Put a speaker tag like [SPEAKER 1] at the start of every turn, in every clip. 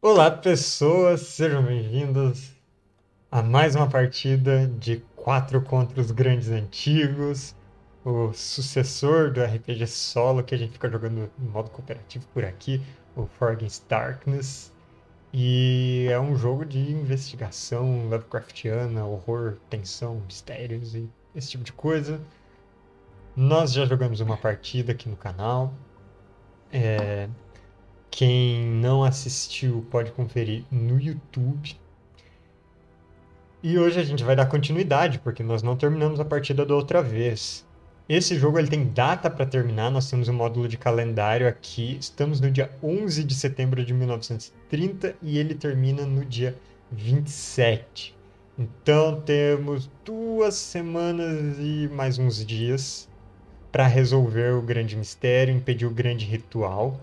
[SPEAKER 1] Olá, pessoas, sejam bem-vindos a mais uma partida de 4 contra os grandes antigos, o sucessor do RPG solo que a gente fica jogando em modo cooperativo por aqui, o Forgotten Darkness. E é um jogo de investigação Lovecraftiana, horror, tensão, mistérios e esse tipo de coisa. Nós já jogamos uma partida aqui no canal. É, Quem não assistiu pode conferir no YouTube. E hoje a gente vai dar continuidade, porque nós não terminamos a partida da outra vez. Esse jogo ele tem data para terminar, nós temos um módulo de calendário aqui. Estamos no dia 11 de setembro de 1930 e ele termina no dia 27. Então temos duas semanas e mais uns dias para resolver o grande mistério, impedir o grande ritual.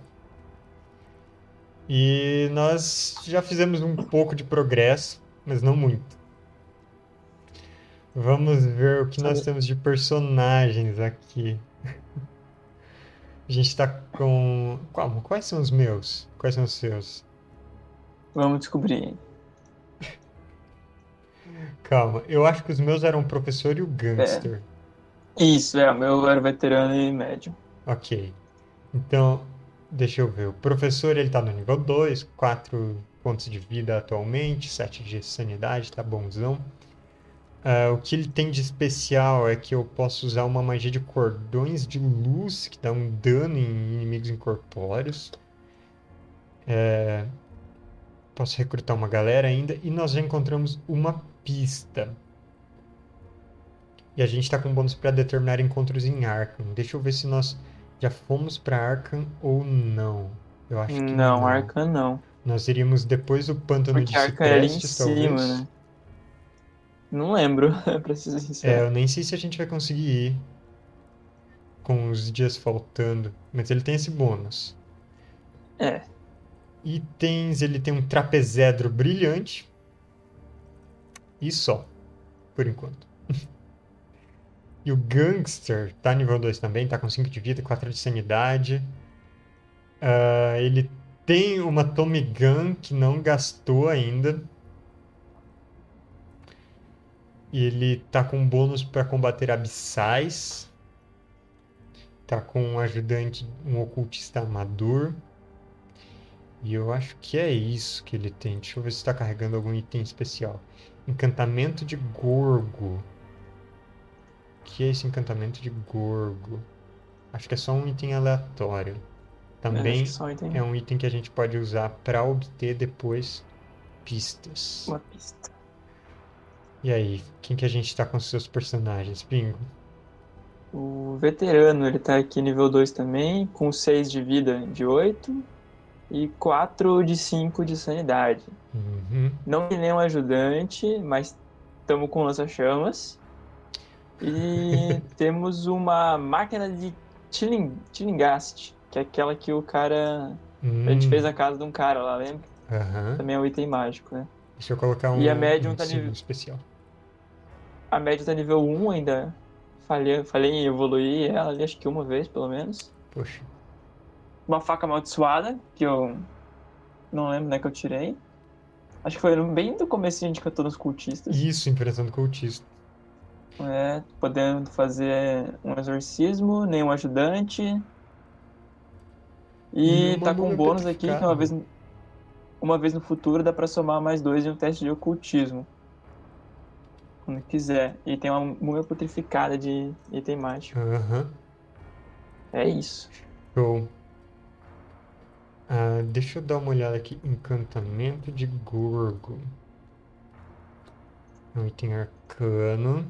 [SPEAKER 1] E nós já fizemos um pouco de progresso, mas não muito. Vamos ver o que nós temos de personagens aqui. A gente tá com. Calma, quais são os meus? Quais são os seus?
[SPEAKER 2] Vamos descobrir.
[SPEAKER 1] Calma, eu acho que os meus eram o professor e o gangster.
[SPEAKER 2] Isso, é, o meu era veterano e médio.
[SPEAKER 1] Ok. Então, deixa eu ver. O professor, ele tá no nível 2, 4 pontos de vida atualmente, 7 de sanidade, tá bonzão. Ah, o que ele tem de especial é que eu posso usar uma magia de cordões de luz que dá um dano em inimigos incorpóreos. É, Posso recrutar uma galera ainda. E nós já encontramos uma pista. E a gente tá com bônus para determinar encontros em Arkham. Deixa eu ver se nós já fomos para Arkham ou não. Eu acho que
[SPEAKER 2] Não, Arca não.
[SPEAKER 1] Nós iríamos depois do pântano
[SPEAKER 2] Porque
[SPEAKER 1] de
[SPEAKER 2] Arca era ali em
[SPEAKER 1] Ciprestes, talvez.
[SPEAKER 2] cima, né? Não lembro, pra ser
[SPEAKER 1] É,
[SPEAKER 2] sincero.
[SPEAKER 1] eu nem sei se a gente vai conseguir ir com os dias faltando, mas ele tem esse bônus.
[SPEAKER 2] É.
[SPEAKER 1] Itens, ele tem um trapezedro brilhante. E só, por enquanto. e o Gangster tá nível 2 também, tá com 5 de vida, 4 de sanidade. Ah, ele tem uma Tommy Gun que não gastou ainda. E ele tá com bônus para combater abissais. Tá com um ajudante, um ocultista amador. E eu acho que é isso que ele tem. Deixa eu ver se tá carregando algum item especial. Encantamento de Gorgo. O que é esse encantamento de Gorgo? Acho que é só um item aleatório. Também
[SPEAKER 2] Acho que só item.
[SPEAKER 1] é um item que a gente pode usar para obter depois pistas.
[SPEAKER 2] Uma pista.
[SPEAKER 1] E aí, quem que a gente tá com os seus personagens, Pingo?
[SPEAKER 2] O veterano, ele tá aqui nível 2 também, com 6 de vida de 8 e 4 de 5 de sanidade.
[SPEAKER 1] Uhum.
[SPEAKER 2] Não tem nenhum ajudante, mas estamos com lança-chamas. E temos uma máquina de tiling- tilingast, que é aquela que o cara. A gente
[SPEAKER 1] Hum,
[SPEAKER 2] fez na casa de um cara lá, lembra?
[SPEAKER 1] aham.
[SPEAKER 2] Também é um item mágico, né?
[SPEAKER 1] Deixa eu colocar um,
[SPEAKER 2] E a médium
[SPEAKER 1] um
[SPEAKER 2] tá
[SPEAKER 1] símbolo
[SPEAKER 2] nível-
[SPEAKER 1] especial.
[SPEAKER 2] A média tá nível 1 ainda. Falhei, falhei em evoluir ela ali, acho que uma vez pelo menos.
[SPEAKER 1] Poxa.
[SPEAKER 2] Uma faca amaldiçoada, que eu não lembro, né, que eu tirei. Acho que foi no- bem do comecinho de que eu tô nos cultistas.
[SPEAKER 1] Isso, impressão do cultista.
[SPEAKER 2] É, podendo fazer um exorcismo, nenhum ajudante. E,
[SPEAKER 1] E uma
[SPEAKER 2] tá com um
[SPEAKER 1] múmia
[SPEAKER 2] bônus aqui que
[SPEAKER 1] petrificada.
[SPEAKER 2] uma vez, uma vez no futuro dá pra somar mais dois em um teste de ocultismo. Quando quiser. E tem uma múmia putrificada de item mágico.
[SPEAKER 1] Aham.
[SPEAKER 2] É isso.
[SPEAKER 1] Show. Ah, deixa eu dar uma olhada aqui. Encantamento de Gorgo. É um item arcano.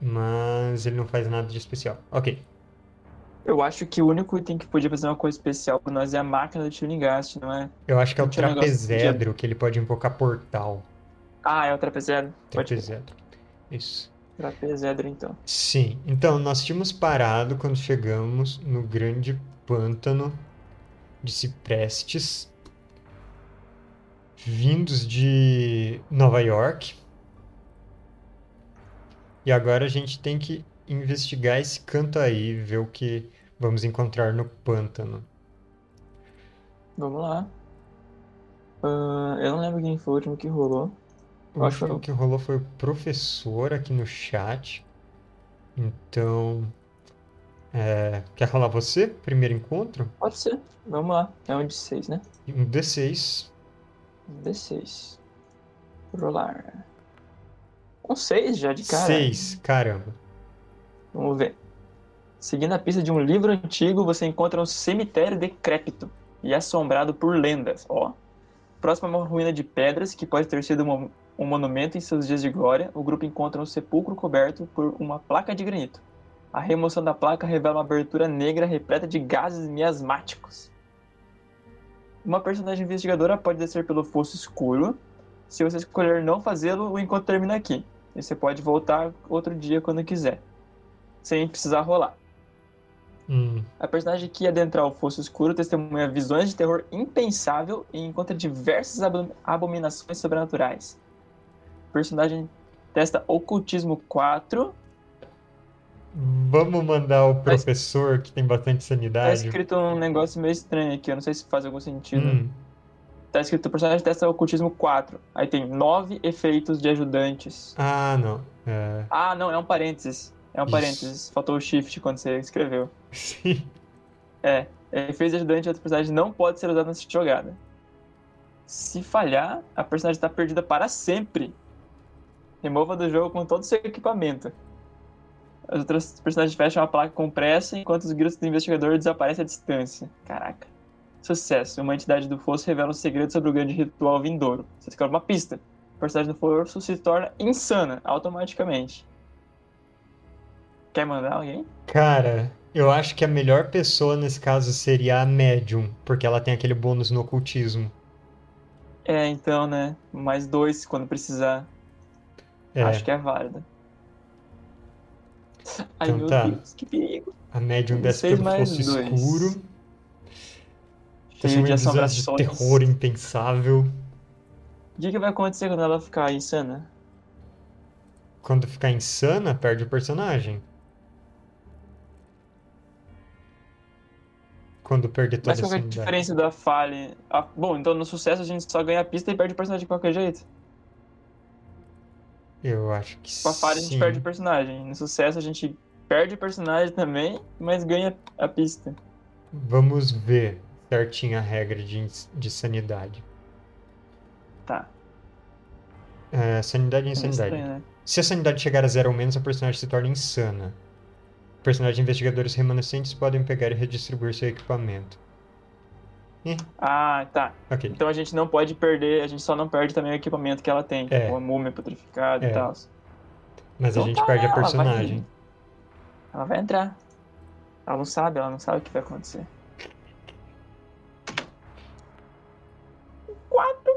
[SPEAKER 1] Mas ele não faz nada de especial. Ok.
[SPEAKER 2] Eu acho que o único item que podia fazer uma coisa especial pra nós é a máquina do Tilingast, não é?
[SPEAKER 1] Eu acho que é o
[SPEAKER 2] Não tinha um negócio que podia-
[SPEAKER 1] trapezedro, que ele pode invocar portal.
[SPEAKER 2] Ah, é o trapezedro. Pode ser
[SPEAKER 1] Trapezedro. Isso.
[SPEAKER 2] trapezedro, então.
[SPEAKER 1] Sim, então nós tínhamos parado quando chegamos no grande pântano de ciprestes, vindos de Nova York. E agora a gente tem que investigar esse canto aí, ver o que vamos encontrar no pântano.
[SPEAKER 2] Vamos lá. Ah, eu não lembro quem foi o último que rolou.
[SPEAKER 1] O
[SPEAKER 2] Eu acho-
[SPEAKER 1] último que rolou foi o professor aqui no chat. Então. é, quer rolar você? Primeiro encontro?
[SPEAKER 2] Pode ser. Vamos lá. É um de 6, né?
[SPEAKER 1] Um D6.
[SPEAKER 2] Um D6. Rolar. Um 6 já de cara.
[SPEAKER 1] 6, caramba.
[SPEAKER 2] Vamos ver. Seguindo a pista de um livro antigo, você encontra um cemitério decrépito e assombrado por lendas. Ó. Próximo a uma ruína de pedras, que pode ter sido um, um monumento em seus dias de glória, o grupo encontra um sepulcro coberto por uma placa de granito. A remoção da placa revela uma abertura negra repleta de gases miasmáticos. Uma personagem investigadora pode descer pelo fosso escuro. Se você escolher não fazê-lo, o encontro termina aqui. E você pode voltar outro dia quando quiser sem precisar rolar.
[SPEAKER 1] Hum,
[SPEAKER 2] A personagem que ia adentrar o fosso escuro testemunha visões de terror impensável e encontra diversas abo- abominações sobrenaturais. O personagem testa ocultismo 4.
[SPEAKER 1] vamos mandar o
[SPEAKER 2] Mas-
[SPEAKER 1] professor que tem bastante
[SPEAKER 2] Tá
[SPEAKER 1] sanidade.
[SPEAKER 2] escrito um negócio meio estranho aqui, eu não sei se faz algum sentido.
[SPEAKER 1] Hum,
[SPEAKER 2] Tá escrito o personagem testa ocultismo 4. Aí tem nove efeitos de ajudantes.
[SPEAKER 1] Ah, não. É,
[SPEAKER 2] Ah, não, é um parênteses. É um
[SPEAKER 1] Isso.
[SPEAKER 2] parênteses. Faltou o shift quando você escreveu.
[SPEAKER 1] sim.
[SPEAKER 2] Efeitos de É, ajudante de outra personagem não pode ser usado nessa jogada. né? Se falhar, a personagem está perdida para sempre. Remova do jogo com todo o seu equipamento. As outras personagens fecham a placa com pressa enquanto os gritos do investigador desaparecem à distância. Caraca. Sucesso. Uma entidade do fosso revela um segredo sobre o grande ritual vindouro. Você descobre uma pista. A personagem do fosso se torna insana automaticamente. Quer mandar alguém?
[SPEAKER 1] Cara, eu acho que a melhor pessoa nesse caso seria a médium, porque ela tem aquele bônus no ocultismo.
[SPEAKER 2] É, então, né? Mais dois quando precisar.
[SPEAKER 1] É,
[SPEAKER 2] Acho que é válido. Ai,
[SPEAKER 1] Então
[SPEAKER 2] meu
[SPEAKER 1] tá.
[SPEAKER 2] Deus, que perigo.
[SPEAKER 1] a médium desce
[SPEAKER 2] um Seis
[SPEAKER 1] pelo
[SPEAKER 2] mais
[SPEAKER 1] fosso
[SPEAKER 2] dois.
[SPEAKER 1] escuro.
[SPEAKER 2] Cheio
[SPEAKER 1] Testemunha
[SPEAKER 2] de
[SPEAKER 1] de visões de
[SPEAKER 2] assombrações.
[SPEAKER 1] terror impensável.
[SPEAKER 2] O que, que vai acontecer quando ela ficar insana?
[SPEAKER 1] Quando ficar insana, perde o personagem. Quando perder toda
[SPEAKER 2] Mas
[SPEAKER 1] a
[SPEAKER 2] qual que é a
[SPEAKER 1] sanidade.
[SPEAKER 2] diferença da falha? Ah, bom, então no sucesso a gente só ganha a pista e perde o personagem de qualquer jeito.
[SPEAKER 1] Eu acho que
[SPEAKER 2] Com a falha a gente
[SPEAKER 1] sim.
[SPEAKER 2] perde o personagem. No sucesso a gente perde o personagem também, mas ganha a pista.
[SPEAKER 1] Vamos ver certinho a regra de, ins- de sanidade.
[SPEAKER 2] Tá.
[SPEAKER 1] É, sanidade e
[SPEAKER 2] É meio
[SPEAKER 1] insanidade.
[SPEAKER 2] estranho, né?
[SPEAKER 1] Se a sanidade chegar a zero ou menos, a personagem se torna insana. Personagens investigadores remanescentes podem pegar e redistribuir seu equipamento.
[SPEAKER 2] Ah, tá.
[SPEAKER 1] Ok.
[SPEAKER 2] Então a gente não pode perder, a gente só não perde também o equipamento que ela tem.
[SPEAKER 1] É.
[SPEAKER 2] Como a múmia petrificada
[SPEAKER 1] É.
[SPEAKER 2] e tal.
[SPEAKER 1] Mas a
[SPEAKER 2] Então
[SPEAKER 1] gente
[SPEAKER 2] tá,
[SPEAKER 1] perde a
[SPEAKER 2] ela vai-
[SPEAKER 1] personagem.
[SPEAKER 2] Ela vai entrar. Ela não sabe, ela não sabe o que vai acontecer. Quatro.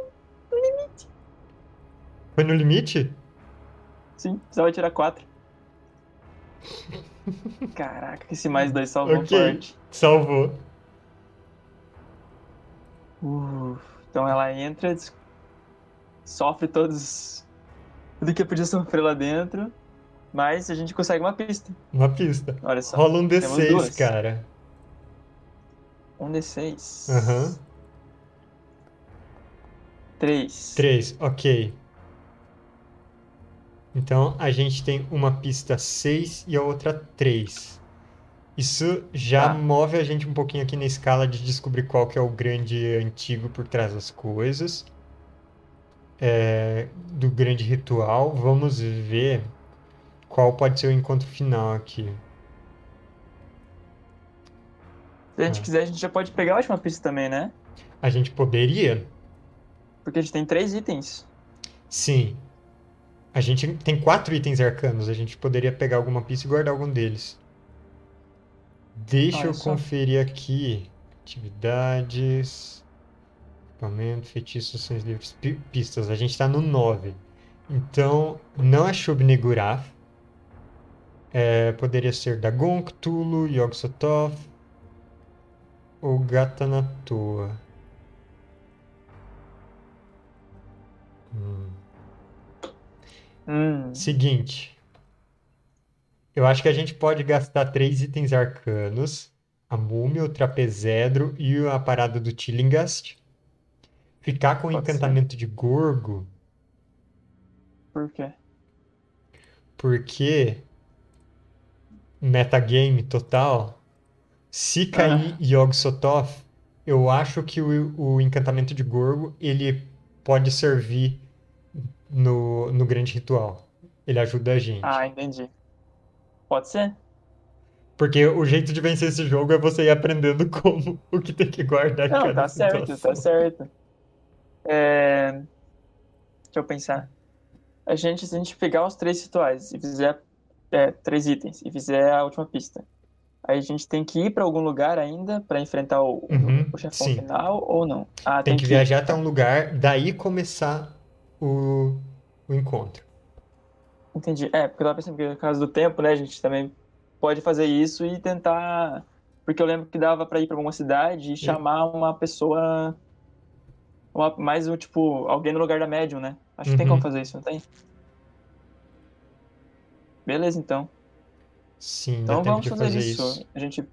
[SPEAKER 1] Foi no limite?
[SPEAKER 2] Sim, precisava tirar quatro. Caraca, esse mais dois salvou
[SPEAKER 1] Ok.
[SPEAKER 2] forte.
[SPEAKER 1] Salvou.
[SPEAKER 2] Uf, então ela entra, des- sofre todos. Tudo que podia sofrer lá dentro. Mas a gente consegue uma pista.
[SPEAKER 1] Uma pista.
[SPEAKER 2] Olha só.
[SPEAKER 1] Rola um
[SPEAKER 2] Temos
[SPEAKER 1] D6,
[SPEAKER 2] duas.
[SPEAKER 1] cara.
[SPEAKER 2] Um D6.
[SPEAKER 1] Aham.
[SPEAKER 2] Três.
[SPEAKER 1] 3, ok. Então a gente tem uma pista 6 e a outra 3. Isso já
[SPEAKER 2] Tá.
[SPEAKER 1] move a gente um pouquinho aqui na escala de descobrir qual que é o grande antigo por trás das coisas. É, do grande ritual. Vamos ver qual pode ser o encontro final aqui.
[SPEAKER 2] Se a gente
[SPEAKER 1] Ah.
[SPEAKER 2] quiser, a gente já pode pegar a última pista também, né?
[SPEAKER 1] A gente poderia?
[SPEAKER 2] Porque a gente tem três itens.
[SPEAKER 1] Sim. A gente tem quatro itens arcanos, a gente poderia pegar alguma pista e guardar algum deles. Deixa
[SPEAKER 2] Olha
[SPEAKER 1] eu
[SPEAKER 2] só.
[SPEAKER 1] conferir aqui. Atividades, equipamento, feitiços, ações livres, pi- pistas. A gente tá no 9. Então, não é Shub-Niggurath. É, poderia ser Dagon, Cthulhu, Yog-Sothoth ou Gatanatoa. Hum.
[SPEAKER 2] Hum.
[SPEAKER 1] Seguinte. Eu acho que a gente pode gastar três itens arcanos a múmia, o trapezedro e a parada do Tilingast. Ficar com o
[SPEAKER 2] Pode ser.
[SPEAKER 1] encantamento de Gorgo,
[SPEAKER 2] Por quê?
[SPEAKER 1] porque metagame total, se cair
[SPEAKER 2] Ah.
[SPEAKER 1] Yog Sothoth, eu acho que o, o encantamento de Gorgo ele pode servir no, no grande ritual. Ele ajuda a gente.
[SPEAKER 2] Ah, entendi. Pode ser?
[SPEAKER 1] Porque o jeito de vencer esse jogo é você ir aprendendo como o que tem que guardar em
[SPEAKER 2] Não,
[SPEAKER 1] cada
[SPEAKER 2] tá certo,
[SPEAKER 1] situação.
[SPEAKER 2] tá certo. É... Deixa eu pensar. A gente, se a gente pegar os três rituais e fizer é, três itens e fizer a última pista, aí a gente tem que ir pra algum lugar ainda pra enfrentar o,
[SPEAKER 1] Uhum,
[SPEAKER 2] o chefão
[SPEAKER 1] sim.
[SPEAKER 2] final ou não? Ah,
[SPEAKER 1] Tem que
[SPEAKER 2] ir.
[SPEAKER 1] viajar até um lugar, daí começar o, o encontro.
[SPEAKER 2] Entendi. É, porque eu tava pensando que no caso do tempo, né, a gente também pode fazer isso e tentar. Porque eu lembro que dava pra ir pra alguma cidade e chamar uma pessoa. Uma, mais um, tipo, alguém no lugar da médium, né? Acho que tem
[SPEAKER 1] Uhum.
[SPEAKER 2] como fazer isso, não tem? Beleza, então.
[SPEAKER 1] Sim, dá
[SPEAKER 2] Então
[SPEAKER 1] tempo
[SPEAKER 2] vamos
[SPEAKER 1] de
[SPEAKER 2] fazer,
[SPEAKER 1] fazer
[SPEAKER 2] isso.
[SPEAKER 1] isso.
[SPEAKER 2] A gente.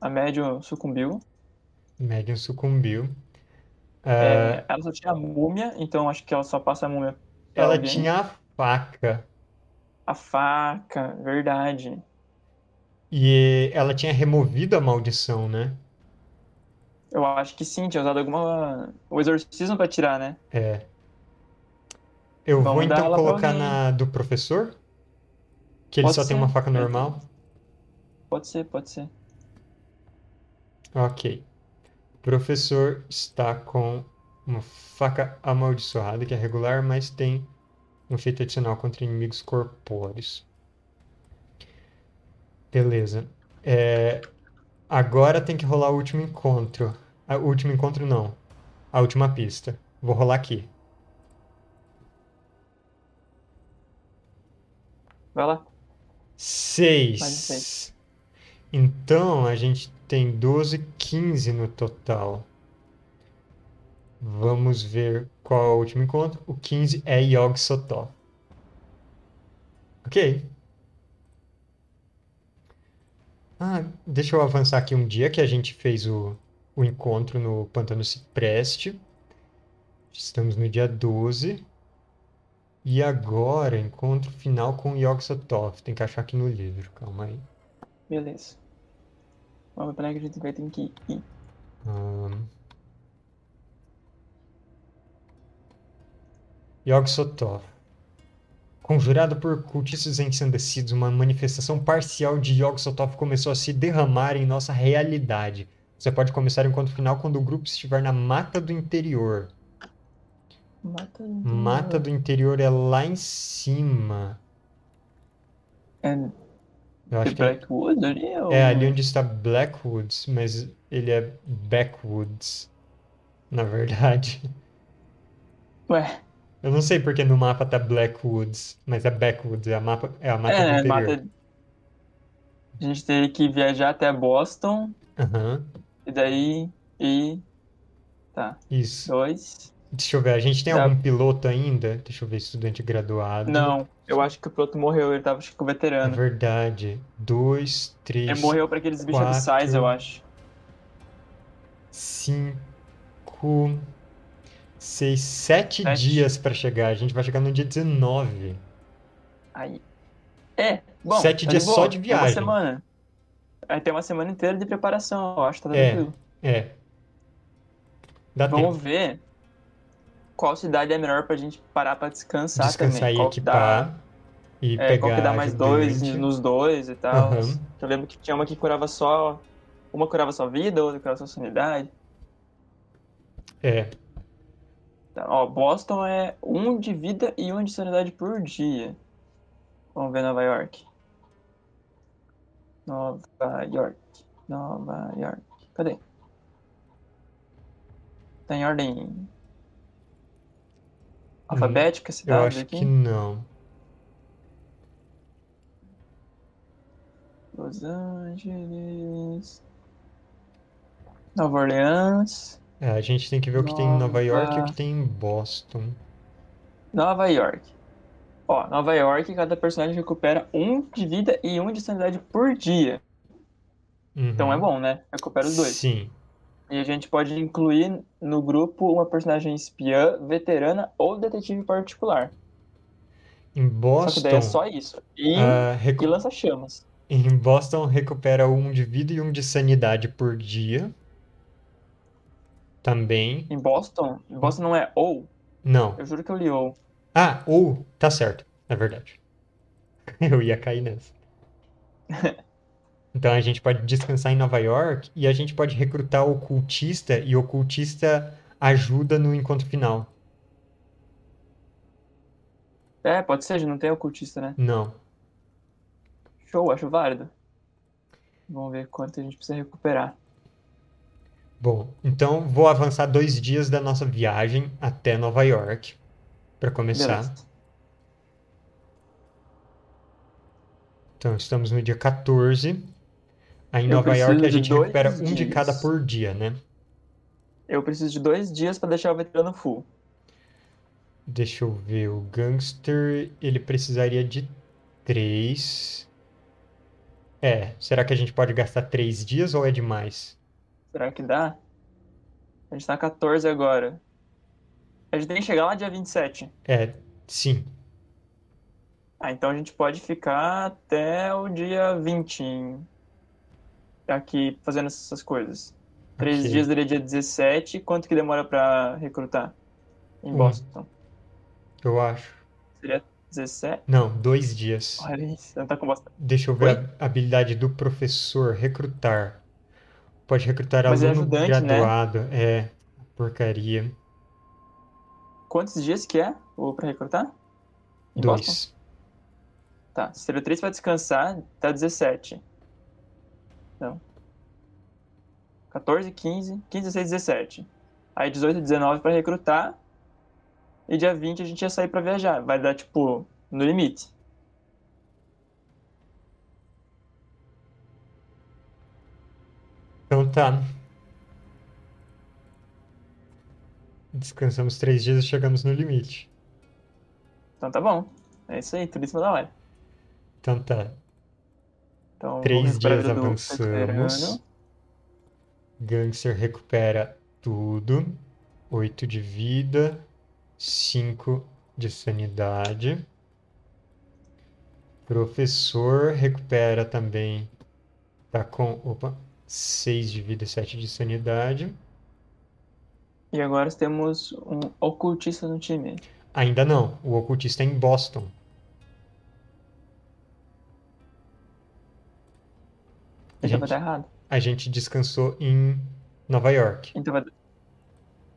[SPEAKER 2] A médium sucumbiu.
[SPEAKER 1] Médium sucumbiu. Ah,
[SPEAKER 2] É, ela só tinha a múmia, então acho que ela só passa a múmia. pra
[SPEAKER 1] ela
[SPEAKER 2] alguém.
[SPEAKER 1] tinha a faca
[SPEAKER 2] A faca, verdade.
[SPEAKER 1] e ela tinha removido a maldição, né?
[SPEAKER 2] Eu acho que sim, tinha usado alguma. O exorcismo pra tirar, né?
[SPEAKER 1] É. Eu vou
[SPEAKER 2] Vamos dar
[SPEAKER 1] então
[SPEAKER 2] ela pra
[SPEAKER 1] colocar
[SPEAKER 2] alguém.
[SPEAKER 1] na do professor, que ele
[SPEAKER 2] Pode
[SPEAKER 1] só tem
[SPEAKER 2] ser.
[SPEAKER 1] uma faca normal.
[SPEAKER 2] Pode ser, pode ser.
[SPEAKER 1] Ok. O professor está com uma faca amaldiçoada, que é regular, mas tem um efeito adicional contra inimigos corpóreos. Beleza. É, agora tem que rolar o último encontro. Ah, O último encontro não. A última pista. Vou rolar aqui.
[SPEAKER 2] Vai lá.
[SPEAKER 1] Seis.
[SPEAKER 2] Mais um seis.
[SPEAKER 1] Então a gente tem 12, 15 no total. Vamos ver qual é o último encontro. O 15 é Yog Sothoth. Ok. Ah, deixa eu avançar aqui um dia que a gente fez o, o encontro no Pantano Cipreste. Estamos no dia 12. E agora, encontro final com Yog Sothoth. Tem que achar aqui no livro, calma aí.
[SPEAKER 2] Beleza. Vamos pra onde a gente vai ter que ir.
[SPEAKER 1] Ahn. Yog Sothoth. Conjurado por cultistas ensandecidos, uma manifestação parcial de Yog Sothoth começou a se derramar em nossa realidade. Você pode começar o encontro final quando o grupo estiver na Mata do Interior.
[SPEAKER 2] Mata.
[SPEAKER 1] Mata do Interior é lá em cima.
[SPEAKER 2] É
[SPEAKER 1] Eu acho que é,
[SPEAKER 2] Blackwood ali? ou-
[SPEAKER 1] é ali onde está Blackwoods, mas ele é Backwoods, na verdade. um-
[SPEAKER 2] Ué,
[SPEAKER 1] Eu não sei porque no mapa tá Blackwoods, mas é Backwoods, é a, mapa, é a mata do
[SPEAKER 2] é,
[SPEAKER 1] interior.
[SPEAKER 2] mata. A gente teria que viajar até Boston.
[SPEAKER 1] Aham,
[SPEAKER 2] E daí. E. Tá.
[SPEAKER 1] isso.
[SPEAKER 2] Dois.
[SPEAKER 1] Deixa eu ver, a gente tem
[SPEAKER 2] Dá-
[SPEAKER 1] algum piloto ainda? Deixa eu ver, estudante graduado.
[SPEAKER 2] Não. Eu acho que o piloto morreu. Ele tava acho que, com o
[SPEAKER 1] É
[SPEAKER 2] veterano.
[SPEAKER 1] verdade. Dois, três,
[SPEAKER 2] Ele morreu pra aqueles bichos
[SPEAKER 1] Quatro.
[SPEAKER 2] abissais, eu acho.
[SPEAKER 1] cinco, seis, sete
[SPEAKER 2] Sete.
[SPEAKER 1] dias pra chegar. A gente vai chegar no dia 19.
[SPEAKER 2] Aí. É, bom.
[SPEAKER 1] Sete dias
[SPEAKER 2] boa.
[SPEAKER 1] só de
[SPEAKER 2] Tem uma
[SPEAKER 1] viagem.
[SPEAKER 2] semana. Aí tem uma semana inteira de preparação, eu acho. Tá
[SPEAKER 1] É.
[SPEAKER 2] tranquilo.
[SPEAKER 1] É. Dá
[SPEAKER 2] Vamos
[SPEAKER 1] tempo.
[SPEAKER 2] ver qual cidade é melhor pra gente parar pra descansar
[SPEAKER 1] Descansar
[SPEAKER 2] também.
[SPEAKER 1] e
[SPEAKER 2] Qual que dá,
[SPEAKER 1] equipar. E
[SPEAKER 2] é, qual
[SPEAKER 1] pegar
[SPEAKER 2] que dá mais dois
[SPEAKER 1] ajudante.
[SPEAKER 2] nos dois e tal.
[SPEAKER 1] Aham.
[SPEAKER 2] Eu lembro que tinha uma que curava só. Uma curava só vida, outra curava só sanidade.
[SPEAKER 1] É.
[SPEAKER 2] Tá, ó, Boston é um de vida e um de sanidade por dia. Vamos ver Nova York. Nova York. Nova York. Cadê? Tá em ordem alfabética,
[SPEAKER 1] Uhum. Eu
[SPEAKER 2] cidade
[SPEAKER 1] acho
[SPEAKER 2] aqui?
[SPEAKER 1] que não.
[SPEAKER 2] Los Angeles. Nova Orleans.
[SPEAKER 1] É, a gente tem que ver o que tem em Nova
[SPEAKER 2] Nova-
[SPEAKER 1] York e o que tem em Boston.
[SPEAKER 2] Nova York. Ó, Nova York, cada personagem recupera um de vida e um de sanidade por dia. Então é bom, né? Recupera os dois.
[SPEAKER 1] Sim.
[SPEAKER 2] E a gente pode incluir no grupo uma personagem espiã, veterana ou detetive particular.
[SPEAKER 1] Em
[SPEAKER 2] Só que daí é
[SPEAKER 1] Boston,
[SPEAKER 2] só isso. E,
[SPEAKER 1] ah, recu-
[SPEAKER 2] e lança chamas.
[SPEAKER 1] em Boston recupera um de vida e um de sanidade por dia. Também.
[SPEAKER 2] Em Boston, em Boston não é ou.
[SPEAKER 1] Não.
[SPEAKER 2] Eu juro que eu li ou.
[SPEAKER 1] Ah, ou. Tá certo. É verdade. Eu ia cair nessa. Então a gente pode descansar em Nova York e a gente pode recrutar o ocultista e o ocultista ajuda no encontro final.
[SPEAKER 2] É, pode ser, já não tem ocultista, né?
[SPEAKER 1] Não.
[SPEAKER 2] Show, acho válido. Vamos ver quanto a gente precisa recuperar.
[SPEAKER 1] Bom, então vou avançar dois dias da nossa viagem até Nova York para começar.
[SPEAKER 2] Beleza.
[SPEAKER 1] Então estamos no dia 14. Aí em
[SPEAKER 2] Eu
[SPEAKER 1] Nova York
[SPEAKER 2] preciso
[SPEAKER 1] a
[SPEAKER 2] de
[SPEAKER 1] gente
[SPEAKER 2] dois
[SPEAKER 1] recupera um de cada
[SPEAKER 2] dias.
[SPEAKER 1] por dia, né?
[SPEAKER 2] Eu preciso de dois dias pra deixar o veterano full.
[SPEAKER 1] Deixa eu ver, o gangster ele precisaria de três. É, será que a gente pode gastar três dias ou é demais?
[SPEAKER 2] Será que dá? A gente tá 14 agora. A gente tem que chegar lá dia 27.
[SPEAKER 1] É, sim.
[SPEAKER 2] Ah, então a gente pode ficar até o dia 20 em- aqui fazendo essas coisas. Três
[SPEAKER 1] Ok.
[SPEAKER 2] dias daria dia 17. Quanto que demora pra recrutar em
[SPEAKER 1] Um.
[SPEAKER 2] Boston?
[SPEAKER 1] Eu acho.
[SPEAKER 2] Seria 17?
[SPEAKER 1] Não, dois dias.
[SPEAKER 2] Olha isso, não tá com Boston.
[SPEAKER 1] Deixa eu ver a habilidade do professor, recrutar. Pode recrutar
[SPEAKER 2] Mas é
[SPEAKER 1] aluno
[SPEAKER 2] ajudante, né?
[SPEAKER 1] graduado. É, porcaria.
[SPEAKER 2] Quantos dias que é o pra recrutar? Em Boston?
[SPEAKER 1] Dois.
[SPEAKER 2] Tá, seria 3 pra descansar, tá 17. Então. 14, 15, 15, 16, 17. Aí 18 e 19 pra recrutar. E dia 20 a gente ia sair pra viajar. Vai dar, tipo, no limite.
[SPEAKER 1] Então tá. Descansamos três dias e chegamos no limite.
[SPEAKER 2] Então tá bom. É isso aí, tudo em cima da hora.
[SPEAKER 1] Então tá.
[SPEAKER 2] Então, vamos
[SPEAKER 1] Três
[SPEAKER 2] recuperar a
[SPEAKER 1] dias
[SPEAKER 2] vida do
[SPEAKER 1] avançamos.
[SPEAKER 2] veterano.
[SPEAKER 1] Gangster recupera tudo. Oito de vida. Cinco de sanidade. Professor recupera também. Tá com. Opa! Seis de vida e sete de sanidade.
[SPEAKER 2] E agora temos um ocultista no time.
[SPEAKER 1] Ainda não. O ocultista é em Boston. A
[SPEAKER 2] Então vai
[SPEAKER 1] gente,
[SPEAKER 2] dar errado.
[SPEAKER 1] a gente descansou em Nova York.
[SPEAKER 2] Então vai,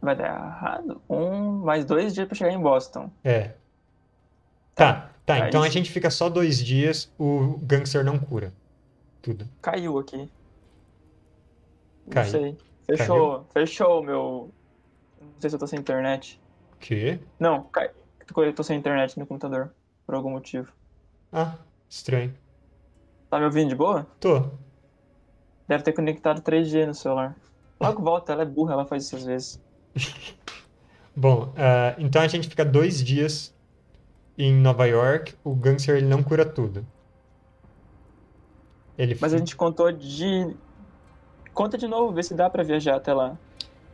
[SPEAKER 2] vai dar errado. Um, mais dois dias pra chegar em Boston.
[SPEAKER 1] É. Tá, tá.
[SPEAKER 2] Aí
[SPEAKER 1] Então a
[SPEAKER 2] sim.
[SPEAKER 1] gente fica só dois dias. O gangster não cura. Tudo.
[SPEAKER 2] Caiu aqui. Não
[SPEAKER 1] Caiu.
[SPEAKER 2] sei. Fechou, fechou meu. Não sei se eu tô sem internet.
[SPEAKER 1] O quê?
[SPEAKER 2] Não, cai... eu tô sem internet no computador, por algum motivo.
[SPEAKER 1] Ah, estranho.
[SPEAKER 2] Tá me ouvindo de boa?
[SPEAKER 1] Tô.
[SPEAKER 2] Deve ter conectado 3G no celular. Logo volta, ela é burra, ela faz isso às vezes.
[SPEAKER 1] Bom, ah, então a gente fica dois dias em Nova York. O gangster ele não cura tudo. Ele
[SPEAKER 2] Mas a
[SPEAKER 1] fi-
[SPEAKER 2] gente contou de. Conta de novo, vê se dá pra viajar até lá.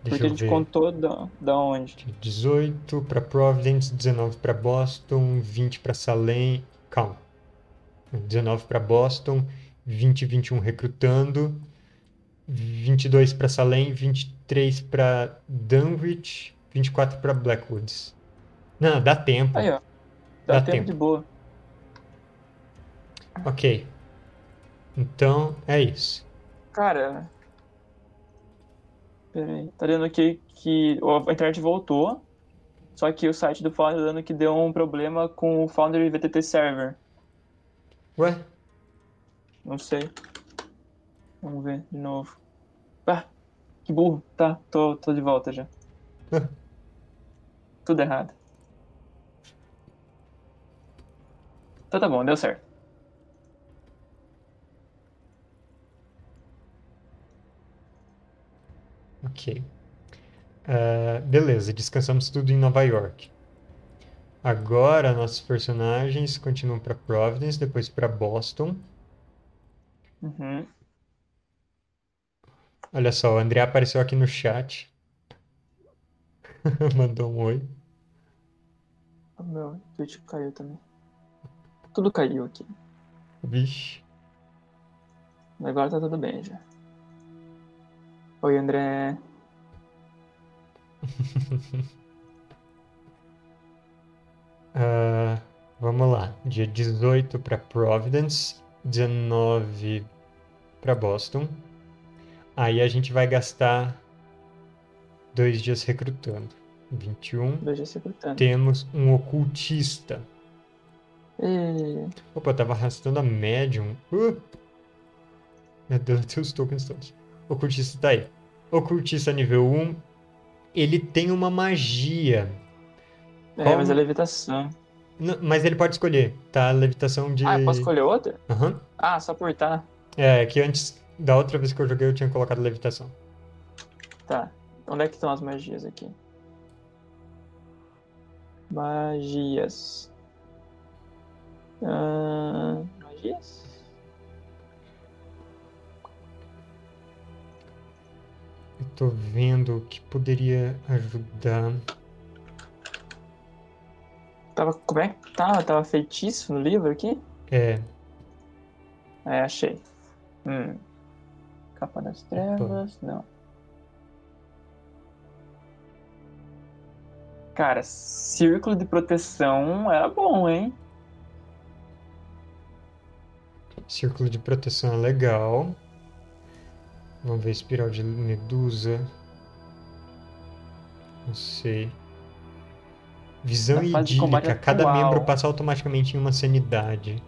[SPEAKER 1] Deixa
[SPEAKER 2] Porque
[SPEAKER 1] eu
[SPEAKER 2] a gente
[SPEAKER 1] ver.
[SPEAKER 2] contou da, da onde.
[SPEAKER 1] 18 para Providence, 19 para Boston, 20 para Salem. Calma. 19 para Boston, 20 e 21 recrutando, 22 para Salem, 23 para Dunwich, 24 para Blackwoods. Não, dá tempo.
[SPEAKER 2] Aí, ó. Dá,
[SPEAKER 1] Dá
[SPEAKER 2] tempo,
[SPEAKER 1] tempo.
[SPEAKER 2] de boa.
[SPEAKER 1] Ok. Então, é isso.
[SPEAKER 2] Cara. Peraí. Tá dando aqui que ó, a internet voltou. Só que o site do Founder tá dando que deu um problema com o Founder VTT Server.
[SPEAKER 1] Ué?
[SPEAKER 2] Não sei. Vamos ver de novo. Ah, que burro. Tá, tô, tô de volta já. Tudo errado. Então tá bom, deu certo.
[SPEAKER 1] Ok. Ah, beleza, descansamos tudo em Nova York. Agora nossos personagens continuam para Providence, depois para Boston.
[SPEAKER 2] Uhum.
[SPEAKER 1] Olha só, o André apareceu aqui no chat. Mandou um oi.
[SPEAKER 2] Ah, Meu, Twitch caiu também. Tudo caiu aqui.
[SPEAKER 1] Vixe.
[SPEAKER 2] Mas Agora tá tudo bem já. Oi, André.
[SPEAKER 1] Ah, vamos lá. Dia 18 para Providence, 19 para Boston. Aí a gente vai gastar dois dias recrutando. 21.
[SPEAKER 2] Dois dias sepultando.
[SPEAKER 1] Temos um ocultista.
[SPEAKER 2] E...
[SPEAKER 1] Opa, eu tava arrastando a médium. Uh! Meu Deus, seus tokens todos. Ocultista tá aí. Ocultista nível 1. Ele tem uma magia.
[SPEAKER 2] É,
[SPEAKER 1] Como?
[SPEAKER 2] mas é levitação.
[SPEAKER 1] N- Mas ele pode escolher, tá? Levitação de.
[SPEAKER 2] Ah, eu posso escolher outra?
[SPEAKER 1] Aham.
[SPEAKER 2] Ah, só por tá.
[SPEAKER 1] É, que antes, da outra vez que eu joguei, eu tinha colocado levitação.
[SPEAKER 2] Tá. Onde é que estão as magias aqui? Magias. Ah, magias?
[SPEAKER 1] Eu tô vendo o que poderia ajudar.
[SPEAKER 2] Tava, como é que tava? Tava feitiço no livro aqui?
[SPEAKER 1] É,
[SPEAKER 2] É, achei. Hum. Capa das trevas, não. Cara, círculo de proteção era bom, hein?
[SPEAKER 1] círculo de proteção é legal. Vamos ver, espiral de medusa. Não sei. Visão
[SPEAKER 2] Na fase de combate
[SPEAKER 1] idílica. Cada
[SPEAKER 2] atual.
[SPEAKER 1] membro passa automaticamente em uma sanidade.